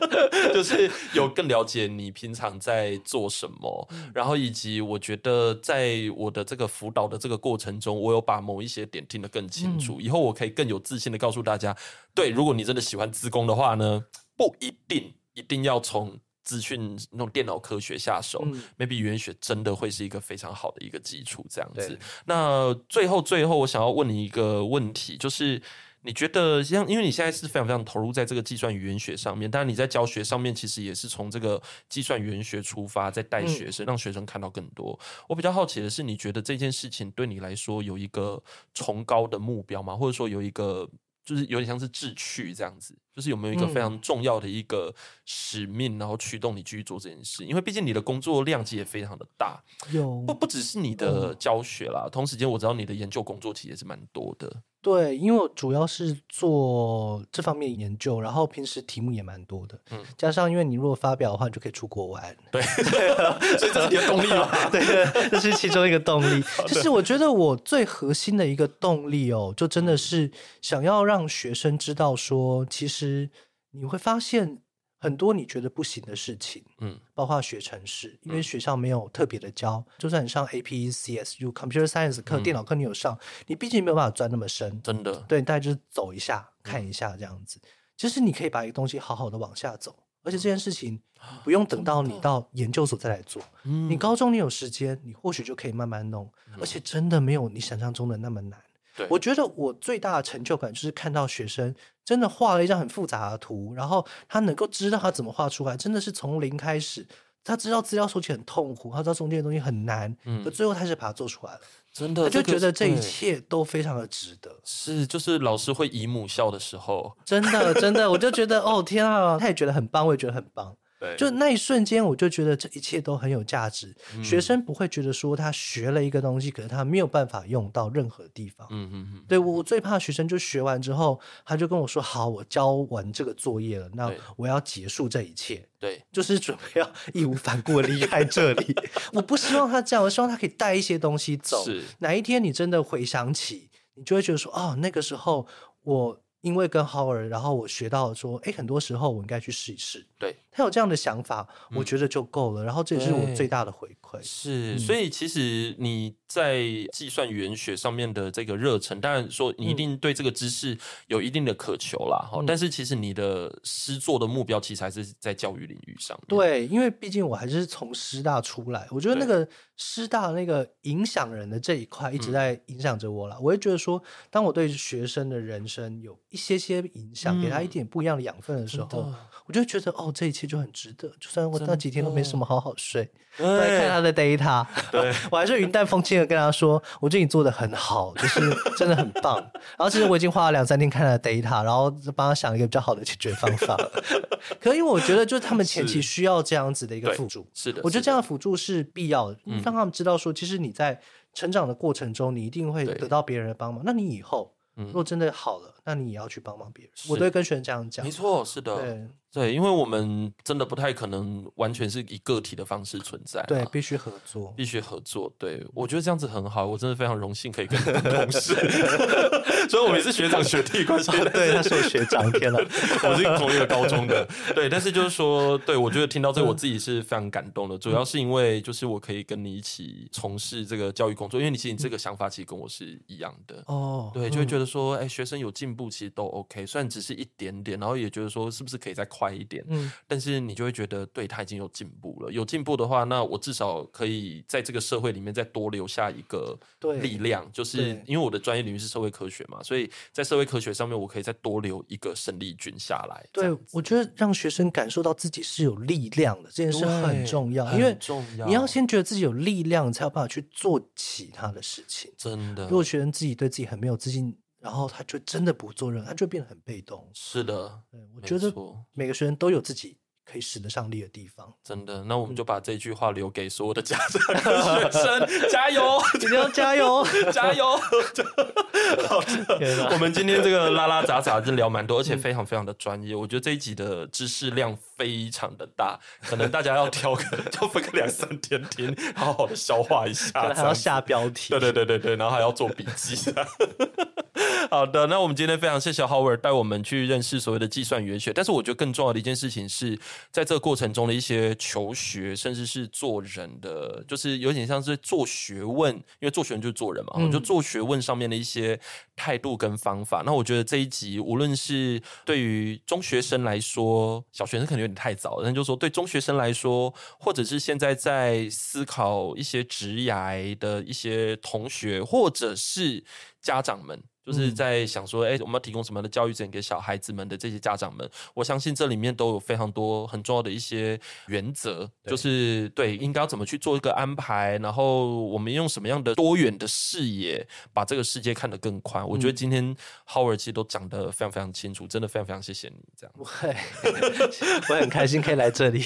S1: 就是有更了解你平常在做什么，
S2: 嗯
S1: 然后以及我觉得在我的这个辅导的这个过程中，我有把某一些点听得更清
S2: 嗯
S1: 楚，以后我可以更有自信的告诉大家，对，如果你真的喜欢自工的话呢，不一定一定要从。资讯那种电脑科学下手、
S2: 嗯
S1: m a y b e 语言学真的会是一个非常好的一个基础。这样子
S2: 对，
S1: 那最后最后，我想要问你一个问题，就是你觉得像，因为你现在是非常非常投入在这个计算语言学上面，但是你在教学上面其实也是从这个计算语言学出发，在
S2: 嗯
S1: 带学生，让学生看到更多。我比较好奇的是，你觉得这件事情对你来说有一个崇高的目标吗？或者说有一个？就是有点像是志趣这样子，就是有没有一个
S2: 嗯
S1: 非常重要的一个使命，然后驱动你继续做这件事？因为毕竟你的工作量级也非常的大，
S2: 有
S1: 不不只是你的
S2: 嗯
S1: 教学啦，同时间我知道你的研究工作其实也是蛮多的。
S2: 对，因为我主要是做这方面研究，然后平时题目也蛮多的，
S1: 嗯
S2: 加上因为你如果发表的话，你就可以出国玩，
S1: 对， 所以这是你的动力嘛？
S2: 对，对这是其中一个动 力。就是我觉得我最核心的一个动力哦，就真的
S1: 嗯
S2: 是想要让学生知道说，其实你会发现很多你觉得不行的事情，
S1: 嗯
S2: 包括学程式，因为
S1: 嗯
S2: 学校没有特别的教，就算你上 E AP、CSU、Computer Science 课、
S1: 嗯
S2: 电脑课，你有上，你毕竟没有办法钻那么深，
S1: 真的，
S2: 对，你大概就是走一下、看一下这样子。其实你可以把一个东西好好的往下走，而且这件事情不用等到你到研究所再来做。
S1: 嗯
S2: 你高中你有时间，你或许就可以慢慢弄，而且真的没有你想象中的那么难
S1: 对。
S2: 我觉得我最大的成就感就是看到学生真的画了一张很复杂的图，然后他能够知道他怎么画出来，真的是从零开始。他知道资料收集很痛苦，他知道中间的东西很难，
S1: 嗯
S2: 可最后他是把它做出来了，
S1: 真
S2: 他
S1: 的
S2: 就
S1: 个
S2: 觉得这一
S1: 对
S2: 切都非常的值得。
S1: 是就是老师会以母校的时候，
S2: 真的，真的，我就 觉得哦天啊，他也觉得很棒，我也觉得很棒。
S1: 对
S2: 就那一瞬间，我就觉得这一切都很有价值。
S1: 嗯
S2: 学生不会觉得说他学了一个东西，可是他没有办法用到任何地方。
S1: 嗯嗯嗯，
S2: 对我，我最怕学生就学完之后，他就跟我说：“好，我交完这个作业了，那
S1: 对
S2: 我要结束这一切。”
S1: 对，
S2: 就是准备要义无反顾的离开这 里。我不希望他这样，我希望他可以带一些东西走
S1: 是。
S2: 哪一天你真的回想起，你就会觉得说，哦，那个时候我因为跟 Howard，然后我学到说，哎，很多时候我应该去试一试。
S1: 对，
S2: 他有这样的想法，我觉得就够了。然后这也是我
S1: 嗯对
S2: 最大的回馈。
S1: 是，
S2: 嗯
S1: 所以其实你在计算语言学上面的这个热忱，当然说你一定对这个知识有一定的渴求啦，哈、
S2: 嗯
S1: 但是其实你的诗作的目标其实还是在教育领域上面。
S2: 对，因为毕竟我还是从师大出来，我觉得那
S1: 对
S2: 个师大那个影响人的这一块一直
S1: 嗯
S2: 在影响着我啦。我会觉得说，当我对学生的人生有一些些影响，给他一
S1: 嗯
S2: 点不一样的养分的时
S1: 真
S2: 候，
S1: 的
S2: 我就觉得哦，这一切就很值得。就算我那
S1: 真
S2: 几天都没什
S1: 的
S2: 么好好睡，我
S1: 对，
S2: 来看他的 data，
S1: 对
S2: 我还是云淡风轻的跟他说，我觉得你做的很好，就是真的很 棒。然后其实我已经花了两三天看他的 data，然后就帮他想了一个比较好的解决方法。可因为我觉得，就是他们前期
S1: 是
S2: 需要这样子的一个
S1: 对
S2: 辅助，
S1: 嗯是的，
S2: 我觉得
S1: 是
S2: 这样
S1: 的
S2: 的辅助是必要的，
S1: 嗯
S2: 让他们知道说，其实你在成长的过程中，你一定会
S1: 对
S2: 得到别人的帮忙。那你以后
S1: 嗯
S2: 如果真的好了，那你也要去帮忙别人。我
S1: 是
S2: 都会跟学生这样讲
S1: 没。错，是的，
S2: 对
S1: 对，因为我们真的不太可能完全是以个体的方式存在啦，啊
S2: 对，必须合作。
S1: 必须合作。对我觉得这样子很好，我真的非常荣幸可以 跟你当同事， 所以我们也是学长学弟关系。
S2: 对，他是我学长，天了。
S1: 我是同一个高中的，对，但是就是说，对我觉得听到这个我自己是非常感动的，主要是因为就是我可以跟你一起从事这个教育工作，因为你其实你这个想法其实跟我是一样的，
S2: 哦，
S1: 对，就会
S2: 嗯
S1: 觉得说，哎、学生有进步其实都 OK，虽然只是一点点，然后也觉得说是不是可以再快一点，
S2: 嗯
S1: 但是你就会觉得，对他已经有进步了。有进步的话，那我至少可以在这个社会里面再多留下一个
S2: 对
S1: 力量，就是
S2: 对
S1: 因为我的专业领域是社会科学嘛，所以在社会科学上面，我可以再多留一个生力军下来。这
S2: 对
S1: 样，
S2: 我觉得让学生感受到自己是有力量的，这件事很
S1: 对
S2: 重要，
S1: 很
S2: 因为
S1: 重要
S2: 你要先觉得自己有力量，才有办法去做其他的事情。
S1: 真的
S2: 如，果学生自己对自己很没有自信，然后他就真的不做任何，他就变得很被动。
S1: 是的，
S2: 对，我
S1: 没
S2: 觉得
S1: 错
S2: 每个学生都有自己可以使得上力的地方，
S1: 真的。那我
S2: 嗯
S1: 们就把这句话留给所有的家长跟学 生，加油！
S2: 一定要加 油！
S1: 加油！好的
S2: 天哪
S1: 我们今天这个拉拉杂杂真聊蛮多，而且非常非常的专业。我觉得这一集的知识量非常的大，可能大家要挑个 就分个两三天听，好好的消化一下
S2: 可能。还
S1: 这样
S2: 要
S1: 子
S2: 下标题。
S1: 对对对对对，然后还要做笔记。 好的，那我们今天非常谢谢 Howard 带我们去认识所谓的计算语言学，但是我觉得更重要的一件事情是在这个过程中的一些求学，甚至是做人的，就是有点像是做学问，因为做学问就是做人嘛，
S2: 嗯
S1: 就做学问上面的一些态度跟方法。那我觉得这一集无论是对于中学生来说，小学生可能有点太早了，但就是说对中学生来说，或者是现在在思考一些职涯的一些同学，或者是家长们。就是
S2: 嗯
S1: 在想说，哎、我们要提供什么样的教育资源给小孩子们的这些家长们，我相信这里面都有非常多很重要的一些原则，
S2: 对
S1: 就是对应该要怎么去做一个安排，然后我们用什么样的多元的视野把这个世界看得更宽。我觉得今天 Howard 其实都讲得非常非常清楚，真的非常非常谢谢你这样。
S2: 会，我很开心可以来这里，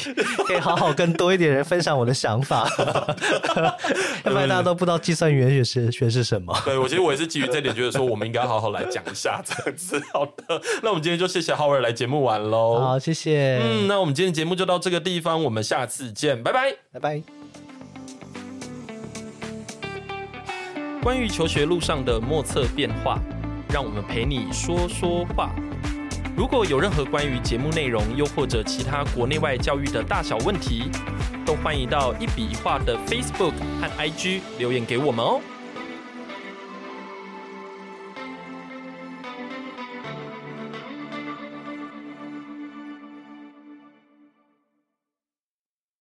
S2: 可以好好跟多一点人分享我的 想法， 要不然大家都不知道计算语言学是学是什么。
S1: 对我其实我也是基于这点，觉得说我们应该好好来讲一下这样子。好的，那我们今天就谢谢 Howard 来节目玩喽。
S2: 好，谢谢，
S1: 嗯，那我们今天节目就到这个地方，我们下次见，拜拜。
S2: 拜拜。
S1: 关于求学路上的莫测变化，让我们陪你说说话。如果有任何关于节目内容，又或者其他国内外教育的大小问题，都欢迎到一笔一画的 Facebook 和 IG 留言给我们哦。